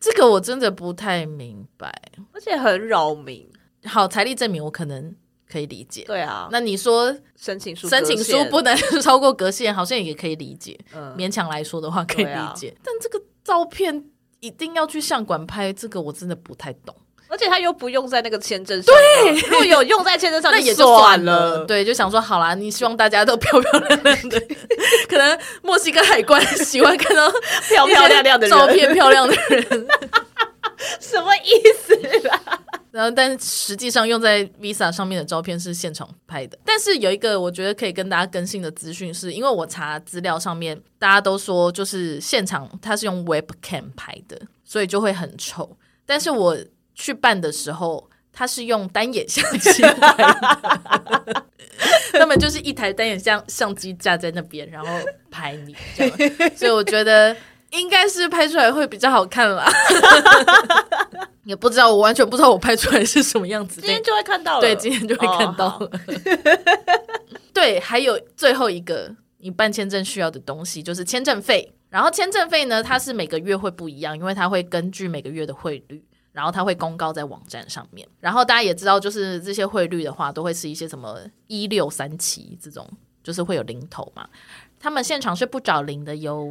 A: 这个我真的不太明白。
B: [LAUGHS] 而且很扰民。
A: 好，财力证明我可能可以理解。
B: 对啊，
A: 那你说
B: 申请书，
A: 申请书不，能 [LAUGHS] 超过格线，好像也可以理解，
B: 嗯，
A: 勉强来说的话可以
B: 对啊
A: 理解。但这个照片一定要去相馆拍，这个我真的不太懂。
B: 而且他又不用在那个签证上嘛，对，如果有用在签证上，
A: 那也
B: 就
A: 就算
B: 了，。
A: 对，就想说好啦，你希望大家都 [LAUGHS] 漂漂亮亮
B: [LAUGHS]
A: 的，可能墨西哥海关 [LAUGHS] 喜欢看到
B: 漂漂亮亮的人
A: 照片，漂亮的人。
B: 什么意思啦？
A: 然后，但实际上用在 Visa 上面的照片是现场拍的。但是有一个我觉得可以跟大家更新的资讯是，因为我查资料上面大家都说，就是现场它是用 Webcam 拍的，所以就会很丑。但是我去办的时候，它是用单眼相机拍的， [LAUGHS] 他们就是一台单眼相相机架在那边，然后拍你这样。所以我觉得应该是拍出来会比较好看啦。 [LAUGHS] 也不知道，我完全不知道我拍出来是什么样子。
B: 今天就会看到了，哦
A: 对，今天就会看到了。 [LAUGHS] 对，还有最后一个，你办签证需要的东西就是签证费。然后签证费呢，它是每个月会不一样，因为它会根据每个月的汇率。然后它会公告在网站上面，然后大家也知道，就是这些汇率的话，都会是一些什么一六三七这种，就是会有零头嘛。他们现场是不找零的
B: [LAUGHS]
A: 哟，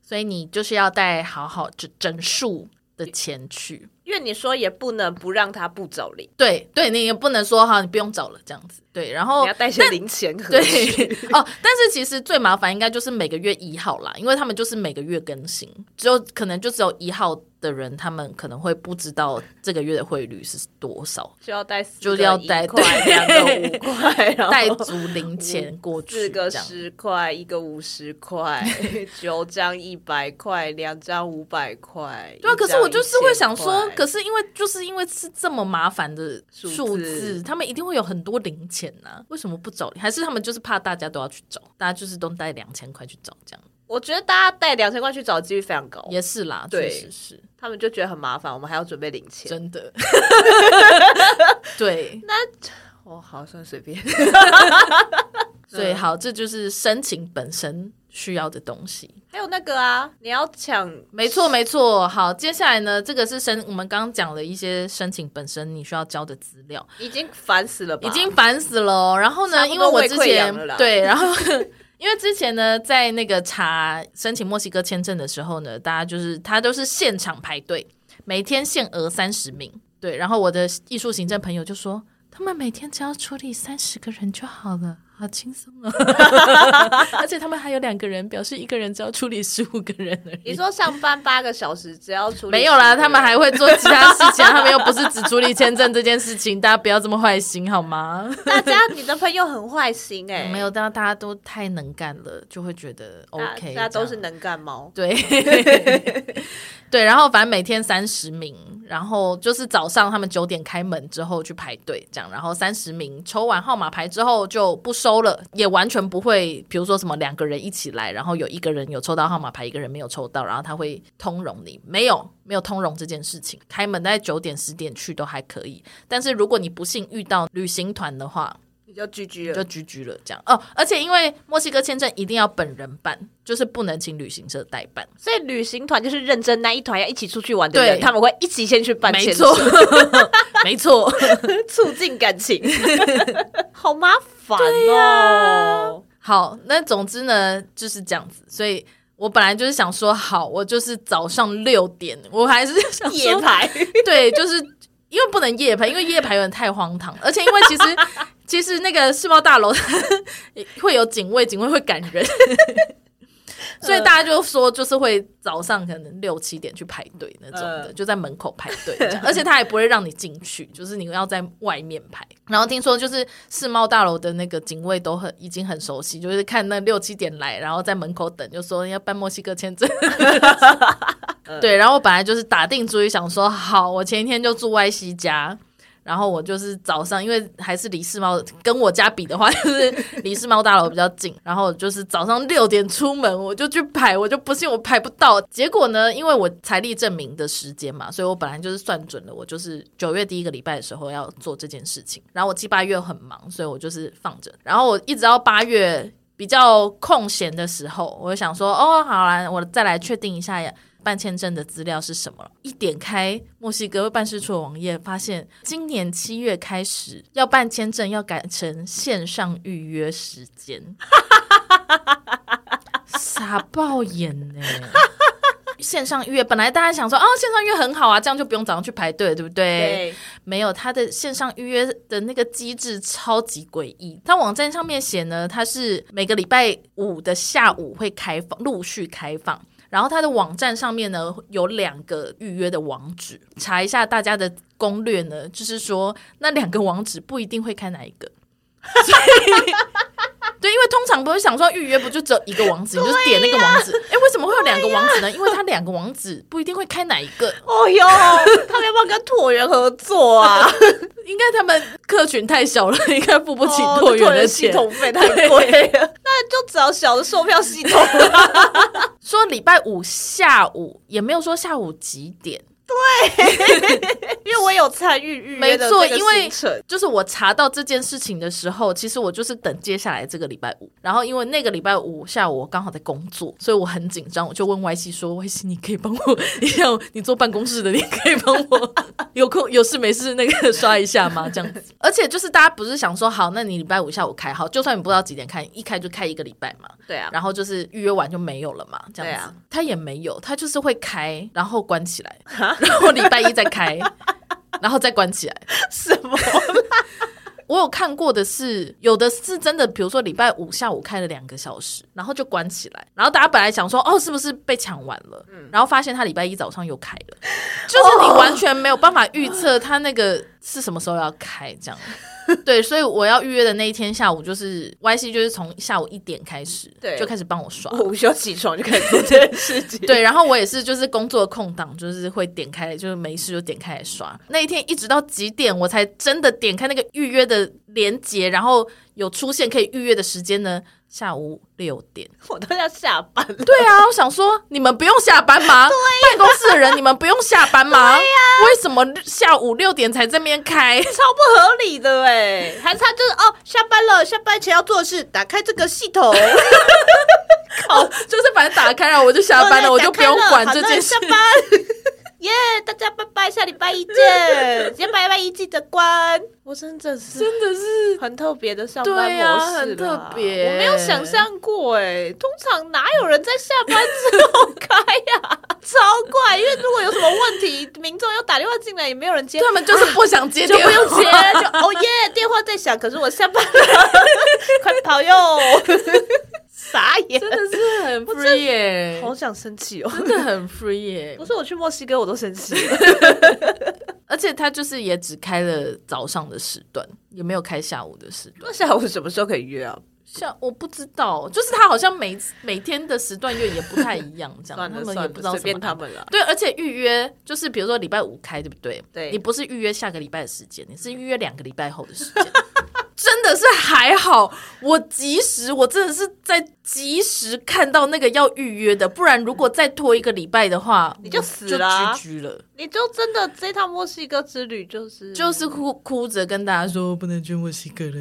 A: 所以你就是要带好好整整数的钱去。
B: 因因为你说也不能不让他不走零，
A: 对对，你也不能说哈，你不用找了这样子。对，然后 [LAUGHS]
B: 你要带些零钱盒。
A: 哦对哦，但是其实最麻烦应该就是每个月一号啦，因为他们就是每个月更新，只有可能就只有一号的人，他们可能会不知道这个月的汇率是多少，
B: 就要带四
A: 就
B: 个
A: 是要
B: 一
A: 带
B: 块
A: 对
B: 两个五块，然后 [LAUGHS]
A: 带足零钱过去，
B: 哦四个
A: 这样。
B: 十块，一个五十
A: [LAUGHS]
B: 块，九张一百块，两张五百块。
A: 对啊，
B: 一
A: 可是
B: 张
A: 我就是会
B: 1000
A: 想说，
B: 块
A: 可是因为就是因为是这么麻烦的
B: 数
A: 数
B: 字
A: 字，他们一定会有很多零钱呐、为什么不找零？还是他们就是怕大家都要去找，大家就是都带两千块去找这样？
B: 我觉得大家带两千块去找几率非常高，
A: 也是啦，
B: 对
A: 确实是
B: 他们就觉得很麻烦，我们还要准备零钱。
A: 真的。 [LAUGHS] 对，
B: 哦，好，算随便。
A: 所以好，这就是申请本身需要的东西。
B: 还有那个啊，你要抢
A: 没错，没错。好，接下来呢，这个是申，我们刚刚讲了一些申请本身你需要交的资料，
B: 已经烦死了吧？
A: 已经烦死了哦、然后
B: 差
A: 呢，
B: 不
A: 因
B: 多
A: 为我
B: 胃
A: 之
B: 溃
A: 前
B: 疡了啦
A: 对，然后 [LAUGHS] 因为之前呢，在那个查申请墨西哥签证的时候呢，大家就是他都是现场排队，每天限额三十名。对，然后我的艺术行政朋友就说，他们每天只要处理三十个人就好了。好轻松 [LAUGHS] 哦，而且他们还有两个人，表示一个人只要处理十五个人而
B: 你
A: 已。
B: 说上班八个小时，只要处理
A: 没有啦，
B: 10个
A: 他们还会做其他事情啊，他们又不是只处理签证这件事情，大家不要这么坏心好吗？
B: 大家，你的朋友很坏心哎、
A: [LAUGHS] 没有，但大家都太能干了，就会觉得
B: 大
A: OK，
B: 大家都是
A: 这样
B: 能干猫。
A: 对 [LAUGHS] 对，然后反正每天三十名，然后就是早上他们九点开门之后去排队这样，然后三十名抽完号码牌之后就不收了，也完全不会，比如说什么两个人一起来，然后有一个人有抽到号码牌，一个人没有抽到，然后他会通融你，没有没有通融这件事情，开门大概九点十点去都还可以，但是如果你不幸遇到旅行团的话，
B: 你就 GG
A: 就
B: 了，
A: 居居了这样哦。而且因为墨西哥签证一定要本人办，就是不能请旅行社代办。
B: 所以旅行团就是认真那一团要一起出去玩的
A: 对
B: 人，他们会一起先去办
A: 没
B: 签证，
A: [LAUGHS] 错，没错。
B: 促进
A: [LAUGHS]
B: 感情，好麻烦哦、
A: 好，那总之呢就是这样子。所以我本来就是想说，好，我就是早上六点，我还是想
B: 夜
A: 说，
B: 排，
A: [LAUGHS] 对，就是因为不能夜排，因为夜排有点太荒唐，而且因为其实其实那个世贸大楼会有警卫，警卫会赶人。所以大家就说，就是会早上可能六七点去排队那种的，
B: 嗯
A: 就在门口排队这样，而且他也不会让你进去，就是你要在外面排。然后听说就是世贸大楼的那个警卫都很已经很熟悉，就是看那六七点来，然后在门口等，就说要办墨西哥签证。对，然后我本来就是打定主意想说，好，我前一天就住歪西家。然后我就是早上，因为还是离世贸跟我家比的话， [LAUGHS] 就是离世贸大楼比较近。然后就是早上六点出门，我就去排，我就不信我排不到。结果呢，因为我财力证明的时间嘛，所以我本来就是算准了，我就是九月第一个礼拜的时候要做这件事情。然后我七八月很忙，所以我就是放着。然后我一直到八月比较空闲的时候，我就想说，哦，好啦，我再来确定一下办签证的资料是什么了。一点开墨西哥办事处的网页，发现今年七月开始要办签证，要改成线上预约时间，傻爆眼呢、线上预约本来大家想说，哦，线上预约很好啊，这样就不用早上去排队，对不
B: [LAUGHS] 对，
A: 没有，它的线上预约的那个机制超级诡异。它网站上面写呢，它是每个礼拜五的下午会开放，陆续开放。然后它的网站上面呢有两个预约的网址，查一下大家的攻略呢，就是说那两个网址不一定会开哪一个。 [LAUGHS] 所以对，因为通常不是想说预约不就只有一个网址，你就点那个网址。哎、为什么会有两个网址呢？因为它两个网址不一定会开哪一个。
B: 哦哟，他们要不要跟椭圆合作啊？
A: [LAUGHS] 应该他们客群太小了，应该付不起
B: 哦
A: 拓元
B: 椭
A: 的
B: 系
A: 钱。
B: 统费太
A: [LAUGHS]
B: 贵了，那就找小的售票系统了。
A: 说礼拜五下午也没有说下午几点，
B: 因为我有参与预约
A: 没
B: 的
A: 错，
B: 这个
A: 因为
B: 行程
A: 就是我查到这件事情的时候，其实我就是等接下来这个礼拜五，然后因为那个礼拜五下午我刚好在工作，所以我很紧张，我就问 Y C 说：“Y C，你可以帮我 [LAUGHS] 一下，你坐办公室的，你可以帮我 [LAUGHS] 有空有事没事那个刷一下吗？”这样子，而且就是大家不是想说好，那你礼拜五下午开好，就算你不知道几点开，一开就开一个礼拜嘛，
B: 对啊，
A: 然后就是预约完就没有了嘛，这样
B: 对
A: 子
B: 啊。
A: 他、也没有，他就是会开，然后关起来。然后礼拜一再开，然后再关起来。
B: 什么？
A: 我有看过的是，有的是真的，比如说礼拜五下午开了两个小时，然后就关起来，然后大家本来想说，哦，是不是被抢完了？
B: 嗯
A: 然后发现他礼拜一早上又开了，就是你完全没有办法预测他那个是什么时候要开，这样。对，所以我要预约的那一天下午，就是 Y C，就是从下午一点开始，
B: 对
A: 就开始帮我刷。
B: [LAUGHS] 我午休起床就开始做这件事
A: [LAUGHS]
B: 情。
A: 对，然后我也是，就是工作空档，就是会点开，就是没事就点开来刷。那一天一直到几点，我才真的点开那个预约的连接，然后有出现可以预约的时间呢？下午六点。
B: 我都要下班了。
A: 对啊，我想说你们不用下班吗？办公室的人你们不用下班吗？为什么下午六点才这边开？
B: 超不合理的哎、还是他就是哦，下班了，下班前要做的事，打开这个系统，
A: 哦，就是反正打开了我就 [LAUGHS] 下
B: 哦
A: 班了，我就不用管这件事
B: 好。了下 [LAUGHS] 班，耶、大家拜拜，下礼拜一见，下礼拜一记得关。我真的是
A: 真的是
B: 很特别的上班模式
A: 对
B: 啦、
A: 啊很特别
B: 我没有想象过哎、通常哪有人在下班之后开呀、 [LAUGHS] 超怪，因为如果有什么问题，民众要打电话进来，也没有人接。
A: 他们就是不想接
B: 就
A: 电
B: 不
A: 话，
B: 用接，就哦耶，电话在响，可是我下班了， [LAUGHS] 快跑
A: [LAUGHS]
B: 哟！傻眼，
A: 真的是
B: [LAUGHS]
A: 很 free 耶、
B: 好想生气哦！
A: 真的很 free 耶、
B: 我说我去墨西哥，我都生气了。
A: 而且他就是也只开了早上的时段，也没有开下午的时段。
B: [LAUGHS] 那下午什么时候可以约啊？
A: 像我不知道，就是他好像每每天的时段又也不太一样，这样
B: [LAUGHS] 算
A: 他
B: 了
A: 们
B: 算
A: 也
B: 了，
A: 不知道
B: 随
A: 什么
B: 便他
A: 安排。
B: 们了。
A: 对，而且预约就是比如说礼拜五开，对不对？
B: 对
A: 你不是预约下个礼拜的时间，你是预约两个礼拜后的时间。 [LAUGHS] 真的是还好，我及时，我真的是在及时看到那个要预约的，不然如果再拖一个礼拜的话，
B: 你就
A: 我
B: 死了啊
A: 就 GG 了。
B: 你就真的这趟墨西哥之旅就是
A: 就是，哭哭着跟大家说不能去墨西哥了。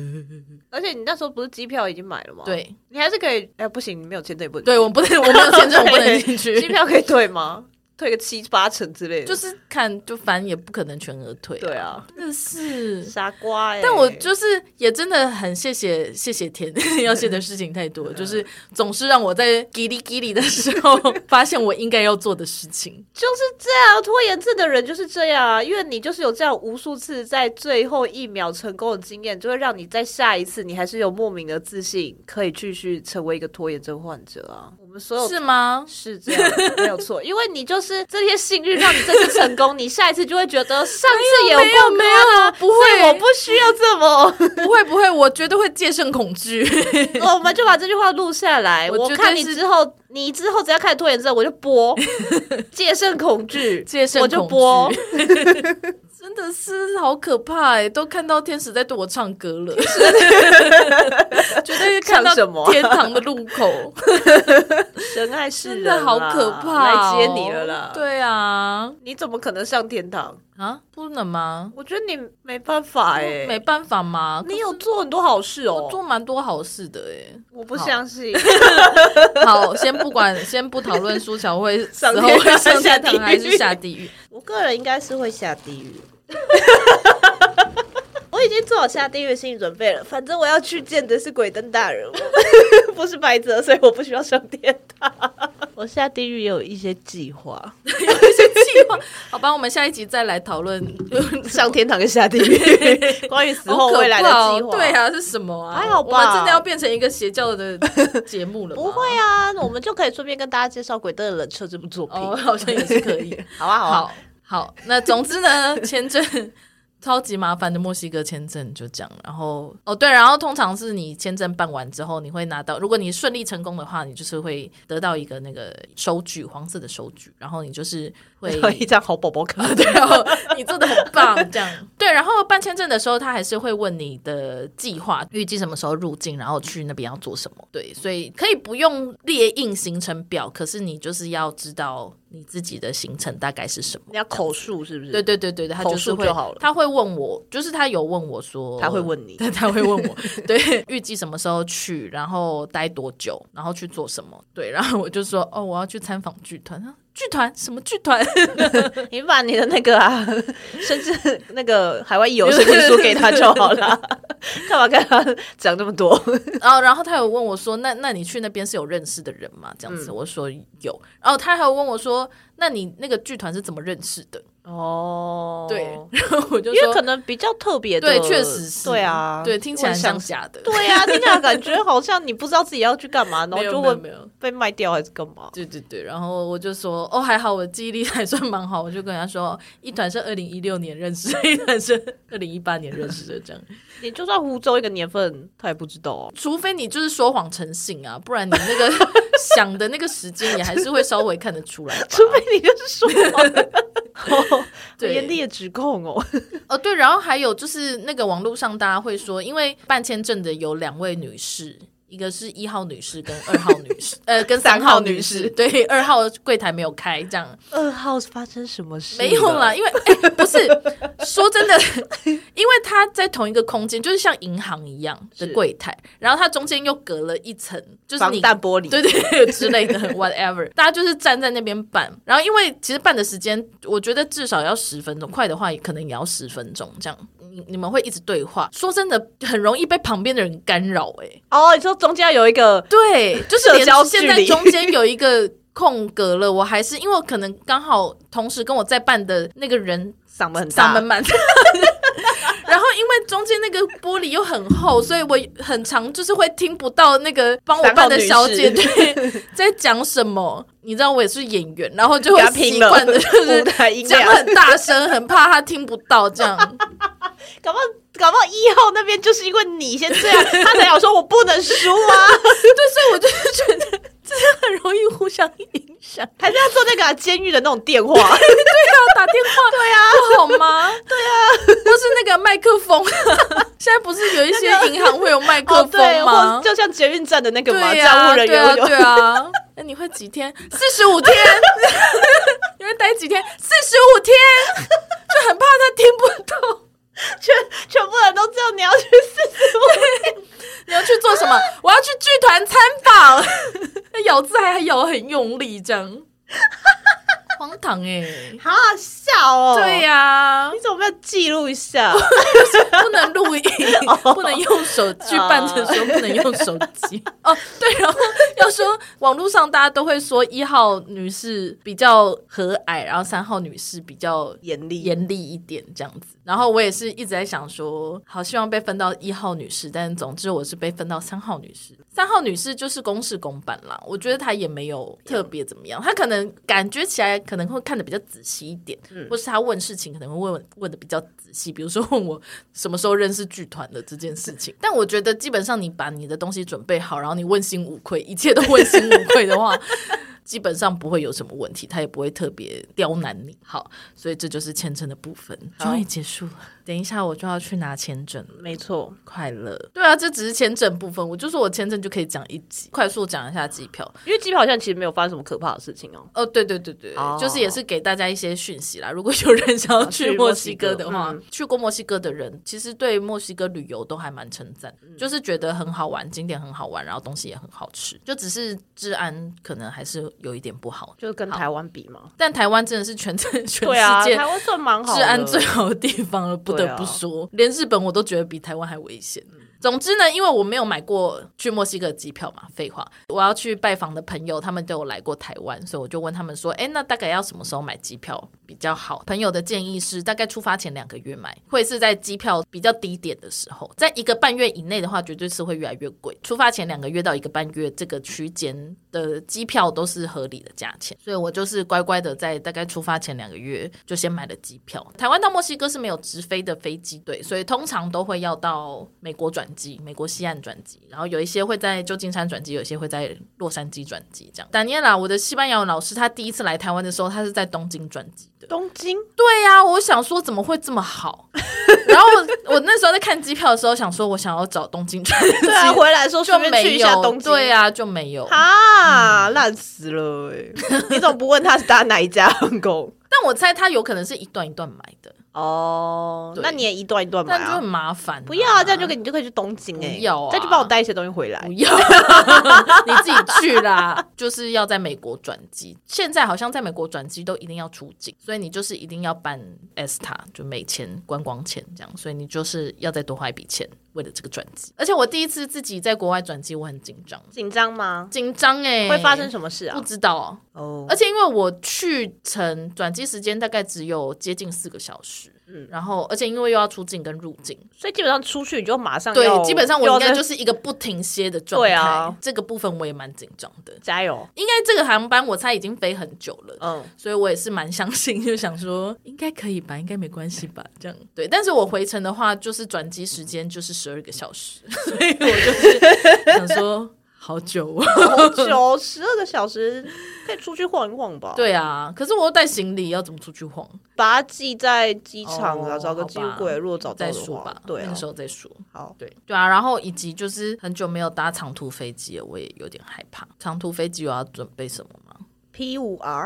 B: 而且你那时候不是机票已经买了吗？，
A: 对，
B: 你还是可以。哎，不行，你没有签对不能
A: 对我不能，我没有签证，我不能进 [LAUGHS]
B: 机
A: 去。
B: 票可以退吗？退个七八成之类的。
A: 就是看，就反正也不可能全额退、
B: 对，啊，
A: 真的是。
B: 傻瓜哎！
A: 但我就是也真的很谢谢谢谢天， [LAUGHS] 要谢的事情太多了，就是总是让我在叽里叽里的时候发现我应该要做的事情。
B: 就是这样，拖延症的人就是这样啊，因为你就是有这样无数次在最后一秒成功的经验，就会让你在下一次你还是有莫名的自信，可以继续成为一个拖延症患者啊。我们所有
A: 是吗？
B: 是这样的，没有错，因为你就是这些幸运让你这次成功，你下一次就会觉得上次也有
A: 没有
B: 过
A: 没
B: 关啊，
A: 有，不
B: 所以
A: 会，
B: 我不需要这么。
A: 不会不会，我绝对会戒慎恐惧。
B: 我们就把这句话录下
A: [LAUGHS]
B: 来，
A: 我
B: 我
A: 绝对
B: 看你
A: 是
B: 之后，你之后只要开始拖延症，我就播戒慎恐惧，
A: [LAUGHS] [LAUGHS] 戒慎
B: 我就
A: 恐
B: 播
A: 惧。真的是好可怕哎、都看到天使在对我唱歌
B: [LAUGHS]
A: 了，绝对看到
B: 唱什么
A: 天堂的路
B: [LAUGHS]
A: 口，
B: 真爱是
A: 真
B: 人
A: 的
B: 啦
A: 好可怕、哦
B: 啊来接你了啦！，
A: 对啊，
B: 你怎么可能上天堂？
A: 啊，不能吗？
B: 我觉得你没办法哎、
A: 没办法嘛，
B: 你有做很多好事哦、
A: 做蛮多好事的哎、
B: 我不相信，
A: [LAUGHS] 好，先不管，
B: [LAUGHS]
A: 先不讨论苏乔会死
B: 上
A: 后
B: 天
A: 会
B: 堂
A: 上
B: 下
A: 天
B: 地
A: 堂还
B: 狱
A: 是下地狱，
B: 我个人应该是会下地狱。 [LAUGHS] 我已经做好下地狱的心理准备了，反正我要去见的是鬼灯大人， [LAUGHS] 不是白泽，所以我不需要上天堂。
A: [LAUGHS]
B: 我下地狱也有一些计划，
A: 计划。好吧，我们下一集再来讨论
B: 上天堂跟下地
A: [LAUGHS]
B: 狱，关于死
A: 好
B: 后
A: 可
B: 未来的
A: 怕哦
B: 计划。
A: 对啊，是什么啊？
B: 还好吧
A: 我们真的要变成一个邪教的 [LAUGHS] 节目了吗？
B: 不会啊，那我们就可以顺便跟大家介绍《鬼灯的冷彻》这部作品。
A: 哦，好像也是可以。
B: [LAUGHS] 好啊，好啊，
A: 好好，那总之呢， [LAUGHS] 签证。超级麻烦的墨西哥签证就这样，然后哦对，然后通常是你签证办完之后，你会拿到，如果你顺利成功的话，你就是会得到一个那个收据，黄色的收据，然后你就是会
B: 一张好宝宝卡。 [LAUGHS]
A: [LAUGHS] 对哦，你做的很 [LAUGHS] 棒，这样对。然后办签证的时候，他还是会问你的计划，预计什么时候入境，然后去那边要做什么。对，所以可以不用列印行程表，可是你就是要知道你自己的行程大概是什么。
B: 你要口述是不是？
A: 对，对对对对，他
B: 口
A: 就是
B: 述
A: 会
B: 就好了
A: 他会问我，就是他有问我说，
B: 他会问你。
A: 对，他会问我，对， [LAUGHS] 预计什么时候去，然后待多久，然后去做什么，对，然后我就说，哦，我要去参访剧团，他说剧团什么剧团，
B: 你把你的那个啊， [LAUGHS] 甚至那个海外义游申请书给他就好
A: [LAUGHS]
B: 了，干嘛跟他讲那么多？
A: 然哦后然后他有问我说，那那你去那边是有认识的人吗？这样
B: 嗯
A: 子，我说有，然后他还有问我说，那你那个剧团是怎么认识的？
B: 哦，
A: 对， [LAUGHS] 然后我就
B: 因为可
A: 说，
B: 能比较特别的，
A: 对，确实是，
B: 对啊，
A: 对，听起来像假的，
B: 对啊，听起来感觉好像你不知道自己要去干嘛，然
A: [LAUGHS]
B: 后
A: 没有
B: 就
A: 没有
B: 会
A: 没有。
B: 被卖掉还是干嘛？
A: 对对对，然后我就说哦，还好我记忆力还算蛮好，我就跟他说，一团是二零一六年认识的，一团是二零一八年认识的，这样。
B: 你就算湖州一个年份，他也不知道哦。
A: 除非你就是说谎成性啊，不然你那个 [LAUGHS] 想的那个时间，你还是会稍微看得出来吧。
B: [LAUGHS] 除非你就是说 [LAUGHS] 谎，
A: 对
B: 哦严厉的指控哦。
A: 哦，对，然后还有就是那个网络上大家会说，因为办签证的有两位女士，一个是一号女士跟二号女士，呃，跟三
B: 三号
A: 号
B: 女
A: 女
B: 士
A: 士，对，二号柜台没有开，这样
B: 二号发生什么事？
A: 没有啦，，因为、哎不是说真的，因为它在同一个空间，就是像银行一样的
B: 是
A: 柜台，然后它中间又隔了一层，就是
B: 防
A: 你
B: 弹玻璃。
A: 对对对之类的，whatever，大家就是站在那边办，然后因为其实办的时间，我觉得至少要十分钟，快的话也可能也要十分钟这样。你你们会一直对话，说真的，很容易被旁边的人干扰、欸。
B: 哦，你说中间有一个
A: 对，就是
B: 社
A: 连
B: 交距
A: 现在
B: 离
A: 中间有一个空格了，我还是因为我可能刚好同时跟我在办的那个人
B: 嗓门很
A: 嗓
B: 大
A: 门，满。 [LAUGHS] 然后，因为中间那个玻璃又很厚，所以我很常就是会听不到那个帮我办的小姐
B: [LAUGHS] 三
A: 对在讲什么。你知道我也是演员，然后就会
B: 给她
A: 习
B: 拼了
A: 惯
B: [LAUGHS]
A: 的就
B: 舞
A: 是
B: 台音
A: 讲
B: 量，
A: 很大声，很怕她听不到
B: [LAUGHS]
A: 这样。
B: 搞不好搞不好一号那边就是因为你先这样，他才想说我不能输啊，
A: 很容易互相影响。
B: [LAUGHS] 还是要做那个啊监狱的那种电 [LAUGHS] 话，
A: 要打电
B: [LAUGHS]
A: 话，对啊，不好吗？对啊，或是那个麦克风， [LAUGHS] 现在不是有一些银行会有麦克
B: 哦对，
A: 风吗？
B: 或就像捷运站的那个嘛，
A: 对
B: 站
A: 啊，
B: 务人
A: 对
B: 员
A: 啊，
B: 有
A: 对
B: [LAUGHS]
A: 啊。那你会几天？四十五天，你会待几天？四十五天，就很怕他听不懂。
B: 全全部人都知道你要去四十 [LAUGHS]
A: 你要去做什么？我要去剧团参访。那咬字还咬得很用力，这
B: [LAUGHS]
A: 样荒唐哎、欸。
B: 好好笑哦。
A: 对、呀、
B: 你怎么没有记录一 [LAUGHS] 下？
A: [LAUGHS] 不能录音，不能用手去办的时候不能用手机。 [LAUGHS] 哦，对，然后要说网络上大家都会说一号女士比较和蔼，然后三号女士比较
B: 严厉，
A: 严厉一点这样子。然后我也是一直在想说，好希望被分到一号女士，但总之我是被分到三号女士。三号女士就是公事公办啦，我觉得她也没有特别怎么样，她可能感觉起来可能会看得比较仔细一点，或是她问事情可能会问问的比较仔细，比如说问我什么时候认识剧团的这件事情。但我觉得基本上你把你的东西准备好，然后你问心无愧，一切都问心无愧的话。基本上不会有什么问题，他也不会特别刁难你。好，所以这就是签证的部分，
B: 好
A: 终于结束了。等一下我就要去拿签证了，
B: 没错。
A: 快乐。对啊，这只是签证部分，我就说我签证就可以讲一集，快速讲一下机票。
B: 因为机票好像其实没有发生什么可怕的事情哦。
A: 哦，对对对对，
B: 哦
A: 就是也是给大家一些讯息啦。如果有人想要
B: 去
A: 去
B: 墨
A: 墨
B: 西
A: 西
B: 哥
A: 哥的话，
B: 嗯
A: 哦去过墨西哥的人其实对墨西哥旅游都还蛮称赞，就是觉得很好玩，景点很好玩，然后东西也很好吃，就只是治安可能还是有一点不好。
B: 就是跟台湾比嘛，
A: 但台湾真的是全全
B: [LAUGHS] 对啊，
A: 世界
B: 台湾算蛮好的，啊
A: 治安最好的地方了，不得不说，连日本我都觉得比台湾还危险。总之呢，因为我没有买过去墨西哥的机票嘛，废话，我要去拜访的朋友，他们都有来过台湾，所以我就问他们说，哎，那大概要什么时候买机票比较好？朋友的建议是，大概出发前两个月买，会是在机票比较低点的时候，在一个半月以内的话，绝对是会越来越贵。出发前两个月到一个半月这个区间的机票都是合理的价钱，所以我就是乖乖的在大概出发前两个月就先买了机票。台湾到墨西哥是没有直飞的飞机，对，所以通常都会要到美国转机，美国西岸转机，然后有一些会在旧金山转机，有一些会在洛杉矶转机。这样，达尼拉，我的西班牙文老师，他第一次来台湾的时候，他是在东京转机的。
B: [LAUGHS] 东京
A: 对呀、我想说怎么会这么好？然后我我那时候在看机票的时候，想说我想要找东京转机，
B: 对啊，回来的时
A: [LAUGHS]
B: 候
A: 就
B: 顺便去
A: 没
B: 一下
A: 有，
B: 东京，
A: 对呀、就没有。
B: 啊，烂死欸 [LAUGHS] 了哎！你怎么不问他是搭哪一家航空？ [LAUGHS]
A: 但我猜他有可能是一段一段买的，
B: 哦，
A: 对
B: 那你也一段一段买
A: 但就
B: 啊
A: 很？麻烦、
B: 不要啊，这样就
A: [LAUGHS]
B: 可以你就可以去东京哎、
A: 不要啊
B: 再去帮我带一些东西回来
A: 不。要， [LAUGHS] 你自己去啦。就是要在美国转机，现在好像在美国转机都一定要出境，所以你就是一定要办 S 塔，就美签、观光签这样，所以你就是要再多花一笔钱，为了这个转机。而且我第一次自己在国外转机，我很紧张，
B: 紧张吗？
A: 紧张哎，
B: 会发生什么事
A: 不
B: 啊？
A: 知道。
B: 哦，
A: 而且因为我去程转机时间大概只有接近四个小时，嗯，然后而且因为又要出境跟入境，
B: 所以基本上出去你就马上
A: 对
B: 要，
A: 基本上我应该
B: 要
A: 就
B: 再
A: 是一个不停歇的状态。
B: 对啊，
A: 这个部分我也蛮紧张的。
B: 加油。
A: 应该这个航班我猜已经飞很久了。
B: [LAUGHS] 嗯，
A: 所以我也是蛮相信，就想说应该可以吧，应该没关系吧，这样对。但是我回程的话，就是转机时间就是十二个小时， [LAUGHS] 所以我就是 [LAUGHS] 想说好久哦。 [LAUGHS]
B: 好久，十二个小时可以出去晃一晃吧？，
A: 对啊，可是我又带行李，要怎么出去晃？
B: 把它寄在机场啊，
A: 哦
B: 找个寄物柜，
A: 好吧
B: 如果找到
A: 再
B: 的
A: 说
B: 话
A: 吧，，
B: 对
A: 那
B: 啊
A: 个，时候再说。
B: 好，
A: 对对啊，然后以及就是很久没有搭长途飞机了，我也有点害怕。长途飞机有要准备什么吗？
B: P 五
A: [LAUGHS]
B: R，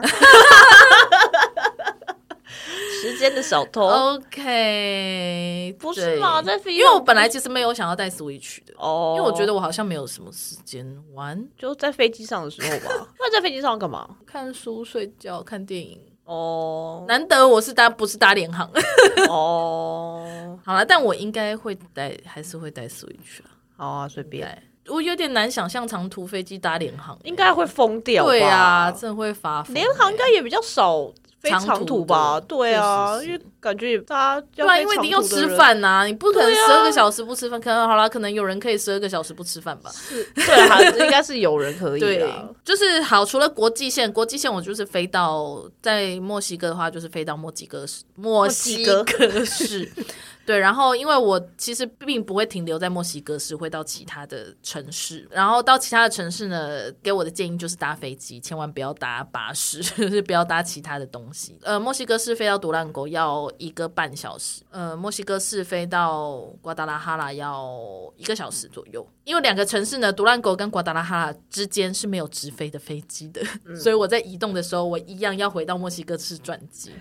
B: 时间的小偷
A: OK，
B: 不是吧
A: 哦对
B: 在飞机
A: 因为我本来其实没有想要带 Switch 的，
B: 哦
A: 因为我觉得我好像没有什么时间玩，
B: 就在飞机上的时候
A: [LAUGHS]
B: 吧，那在飞机上干嘛？
A: 看书、睡觉、看电影。
B: 哦
A: 难得我是搭不是搭联航， [LAUGHS]
B: 哦，
A: 好了，但我应该会带，还是会带 Switch 啊。
B: 好啊，随便，
A: 对，我有点难想象长途飞机搭联航、
B: 应该会疯掉吧。
A: 对啊，真的会发疯。
B: 联航应该也比较少飞长途吧？
A: 长途的
B: 对啊，
A: 确实
B: 因
A: 是
B: 为感觉大家要
A: 对啊，
B: 飞
A: 因为
B: 长
A: 你要
B: 途的
A: 吃
B: 人，
A: 饭呐、你不可能
B: 对啊
A: 十二个小时不吃饭。可能好啦，可能有人可以十二个小时不吃饭吧。
B: [LAUGHS] 对啊，应该是有人可
A: [LAUGHS]
B: 以
A: 对
B: 啊。，
A: 就是好。除了国际线，国际线我就是飞到在墨西哥的话，就是飞到墨西哥市，墨西 [LAUGHS]
B: 哥
A: 哥市。对，然后因为我其实并不会停留在墨西哥市，会到其他的城市。然后到其他的城市呢，给我的建议就是搭飞机，千万不要搭巴士，就是不要搭其他的东西。呃，墨西哥市飞到独兰国要一个半小时，呃，墨西哥市飞到瓜达拉哈拉要一个小时左右。因为两个城市呢，独兰国跟瓜达拉哈拉之间是没有直飞的飞机的， [LAUGHS] 所以我在移动的时候，我一样要回到墨西哥市转机。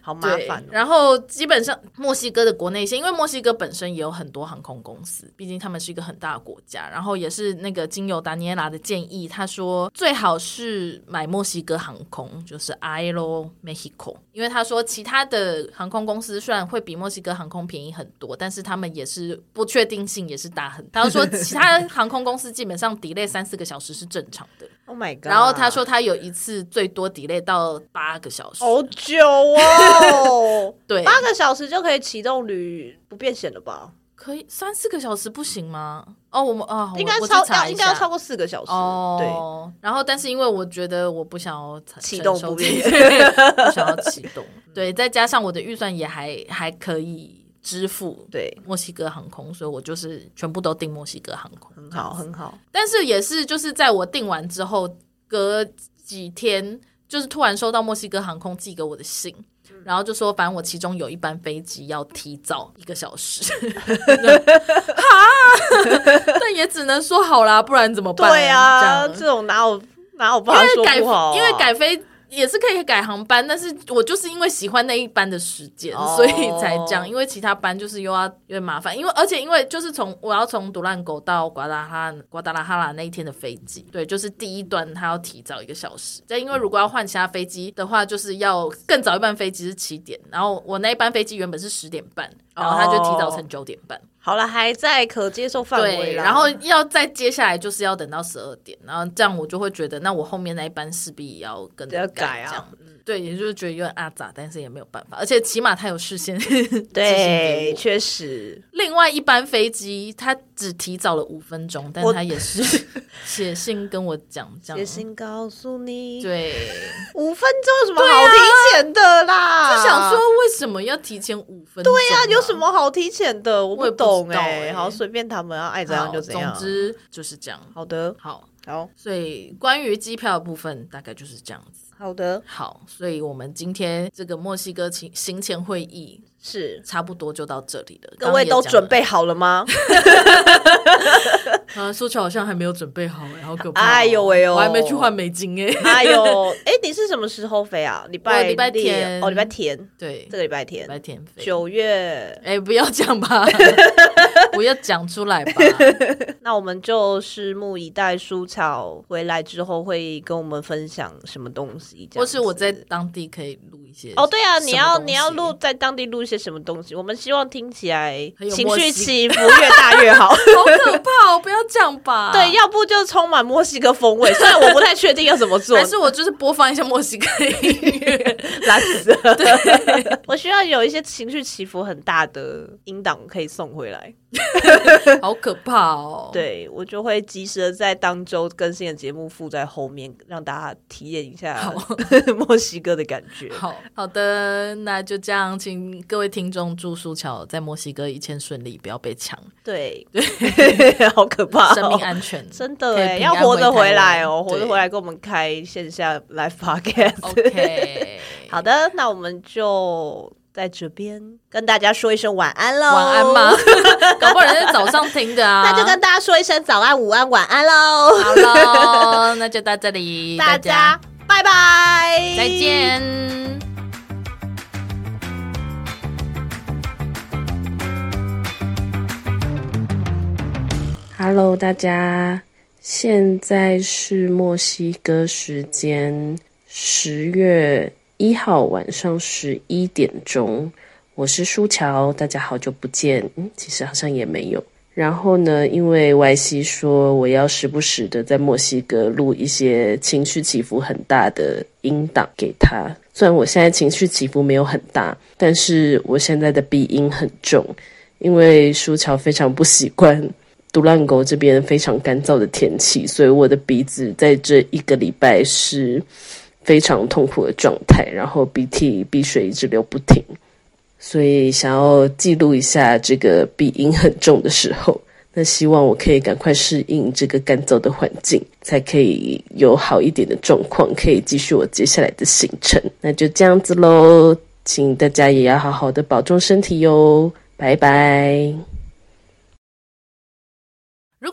B: 好麻
A: 对，
B: 烦哦。
A: 然后基本上墨西哥的国内线，因为墨西哥本身也有很多航空公司，毕竟他们是一个很大的国家。然后也是那个经由达尼耶拉的建议，他说最好是买墨西哥航空，就是 Aero Mexico，因为他说其他的航空公司虽然会比墨西哥航空便宜很多，但是他们也是不确定性也是大很。他说其他航空公司基本上 delay 三四个小时是正常的，
B: Oh my god！
A: 然后他说他有一次最多 delay 到八个小时。
B: 好久哦，
A: [LAUGHS] 对，
B: 八个小时就可以启动旅，不变险了吧？
A: 可以三四个小时不行吗？哦，我们啊，我
B: 应该
A: 我去
B: 超
A: 查
B: 要
A: 一
B: 应
A: 下
B: 该要超过四个小时。对，
A: 哦。然后，但是因为我觉得我不想要承
B: 启动
A: 承受
B: 不
A: 这
B: 便 [LAUGHS] 嗯
A: 些不想要启动。对，再加上我的预算也还还可以支付。
B: 对，
A: 墨西哥航空，所以我就是全部都订墨西哥航空。
B: 很好很好。
A: 但是也是就是在我订完之后，隔几天就是突然收到墨西哥航空寄给我的信。
B: 嗯
A: 然后就说，反正我其中有一班飞机要提早一个小时， [LAUGHS] 哈，但也只能说好啦，不然怎么办？
B: 对啊，
A: 这
B: 这
A: 样
B: 种哪有哪有办法
A: 因为
B: 说
A: 改
B: 不好啊？
A: 因为改飞也是可以改航班，但是我就是因为喜欢那一班的时间，
B: 哦
A: 所以才这样。因为其他班就是又要有点麻烦，因为而且因为就是从我要从独兰狗到瓜达哈瓜达拉哈拉那一天的飞机，对，就是第一段它要提早一个小时。但因为如果要换其他飞机的话，就是要更早一班飞机是七点，然后我那一班飞机原本是十点半，然后它就提早成九点半。
B: 好了，还在可接受范围
A: 对，
B: 啦。
A: 然后要再接下来就是要等到十二点，然后这样我就会觉得，那我后面那一班势必也要跟着
B: 要改啊
A: 这样对，也就是觉得有点阿杂，但是也没有办法，而且起码他有事先寄信给
B: 对，
A: 我
B: 确实，
A: 另外一班飞机他只提早了五分钟，但
B: 我
A: 他也
B: [LAUGHS]
A: 是写信跟我讲这啊
B: 写
A: 样。
B: 信告诉你，
A: 对，
B: 啊五分钟有什么好提前的啦？
A: 啊就想说为什么要提前五分钟、啊
B: 对呀、有什？么好提前的？我
A: 我也不
B: 懂
A: 知道
B: 哎、
A: 欸
B: 好，随便他们啊，爱怎样
A: 好，
B: 就怎样。
A: 总之就是这样。
B: 好的，
A: 好，
B: 好
A: 所以关于机票的部分大概就是这样子。
B: 好的，
A: 好，所以我们今天这个墨西哥行行前会议
B: 是
A: 差不多就到这里了。
B: 各
A: 刚
B: 位
A: 刚
B: 都
A: 也讲了 [LAUGHS]
B: 准，备好了吗？
A: 啊，说起来好像还没有准备好、欸，好可怕、
B: 哎呦喂哦
A: 我还没去换美金哎、 [LAUGHS]
B: 哎呦，哎，你是什么时候飞啊？礼拜
A: 我礼拜
B: 六
A: 天
B: 哦，礼拜天，
A: 对，
B: 这个礼拜
A: 礼
B: 天，
A: 拜天飞。
B: 九月。 [LAUGHS]
A: 哎、不要讲吧，不要讲出来吧。
B: [LAUGHS] 那我们就拭目以待，舒草回来之后会跟我们分享什么东西，这样
A: 或是我
B: 子
A: 在当地可以录一些
B: 哦，对啊，
A: 什么
B: 你
A: 东
B: 要
A: 西
B: 你要录在当地录一些什么东西？我们希望听起来
A: 很有
B: 情
A: 默
B: 绪
A: 契
B: 起伏越大越
A: [LAUGHS]
B: 好。
A: 好可怕、哦，不要讲吧。
B: 对，要不就充满墨西哥风味，虽然我不太确定要怎么做
A: [LAUGHS] 还，是我就是播放一些墨西哥
B: [LAUGHS]
A: 音乐。
B: 懒死了。
A: [LAUGHS]
B: 我需要有一些情绪起伏很大的音档可以送回来，
A: 好可怕哦！，
B: 对我就会及时的在当周更新的节目附在后面，让大家体验一下 [LAUGHS] 墨西哥的感觉。
A: 好好的，那就这样，请各位听众祝舒乔在墨西哥一切顺利，不要被抢，
B: 对对， [LAUGHS] 好可怕、哦，
A: 生命安
B: [LAUGHS]
A: 全，
B: 真的
A: 可以
B: 哎，
A: 平
B: 要
A: 安
B: 活着回
A: 台
B: 来
A: 湾
B: 哦，活着
A: 对
B: 回来跟我们开线下 live podcast。
A: OK，
B: 好的，那我们就在这边跟大家说一声晚安喽，
A: 晚安嘛，， [LAUGHS] 搞不好人家早上听的啊。
B: [LAUGHS] 那就跟大家说一声早安、午安、晚安喽，
A: 好喽，那就到这里，
B: [LAUGHS] 大
A: 大
B: 家拜拜，
A: 再。见。
C: Hello，大家，现在是墨西哥时间十月一号晚上十一点钟，我是舒乔，大家好久不见，嗯，其实好像也没有。然后呢，因为 Y C 说我要时不时的在墨西哥录一些情绪起伏很大的音档给他，虽然我现在情绪起伏没有很大，但是我现在的鼻音很重，因为舒乔非常不习惯独浪狗这边非常干燥的天气，所以我的鼻子在这一个礼拜是非常痛苦的状态，然后鼻涕、鼻水一直流不停，所以想要记录一下这个鼻音很重的时候。那希望我可以赶快适应这个干燥的环境，才可以有好一点的状况，可以继续我接下来的行程。那就这样子喽，请大家也要好好的保重身体哟，拜拜。
A: 如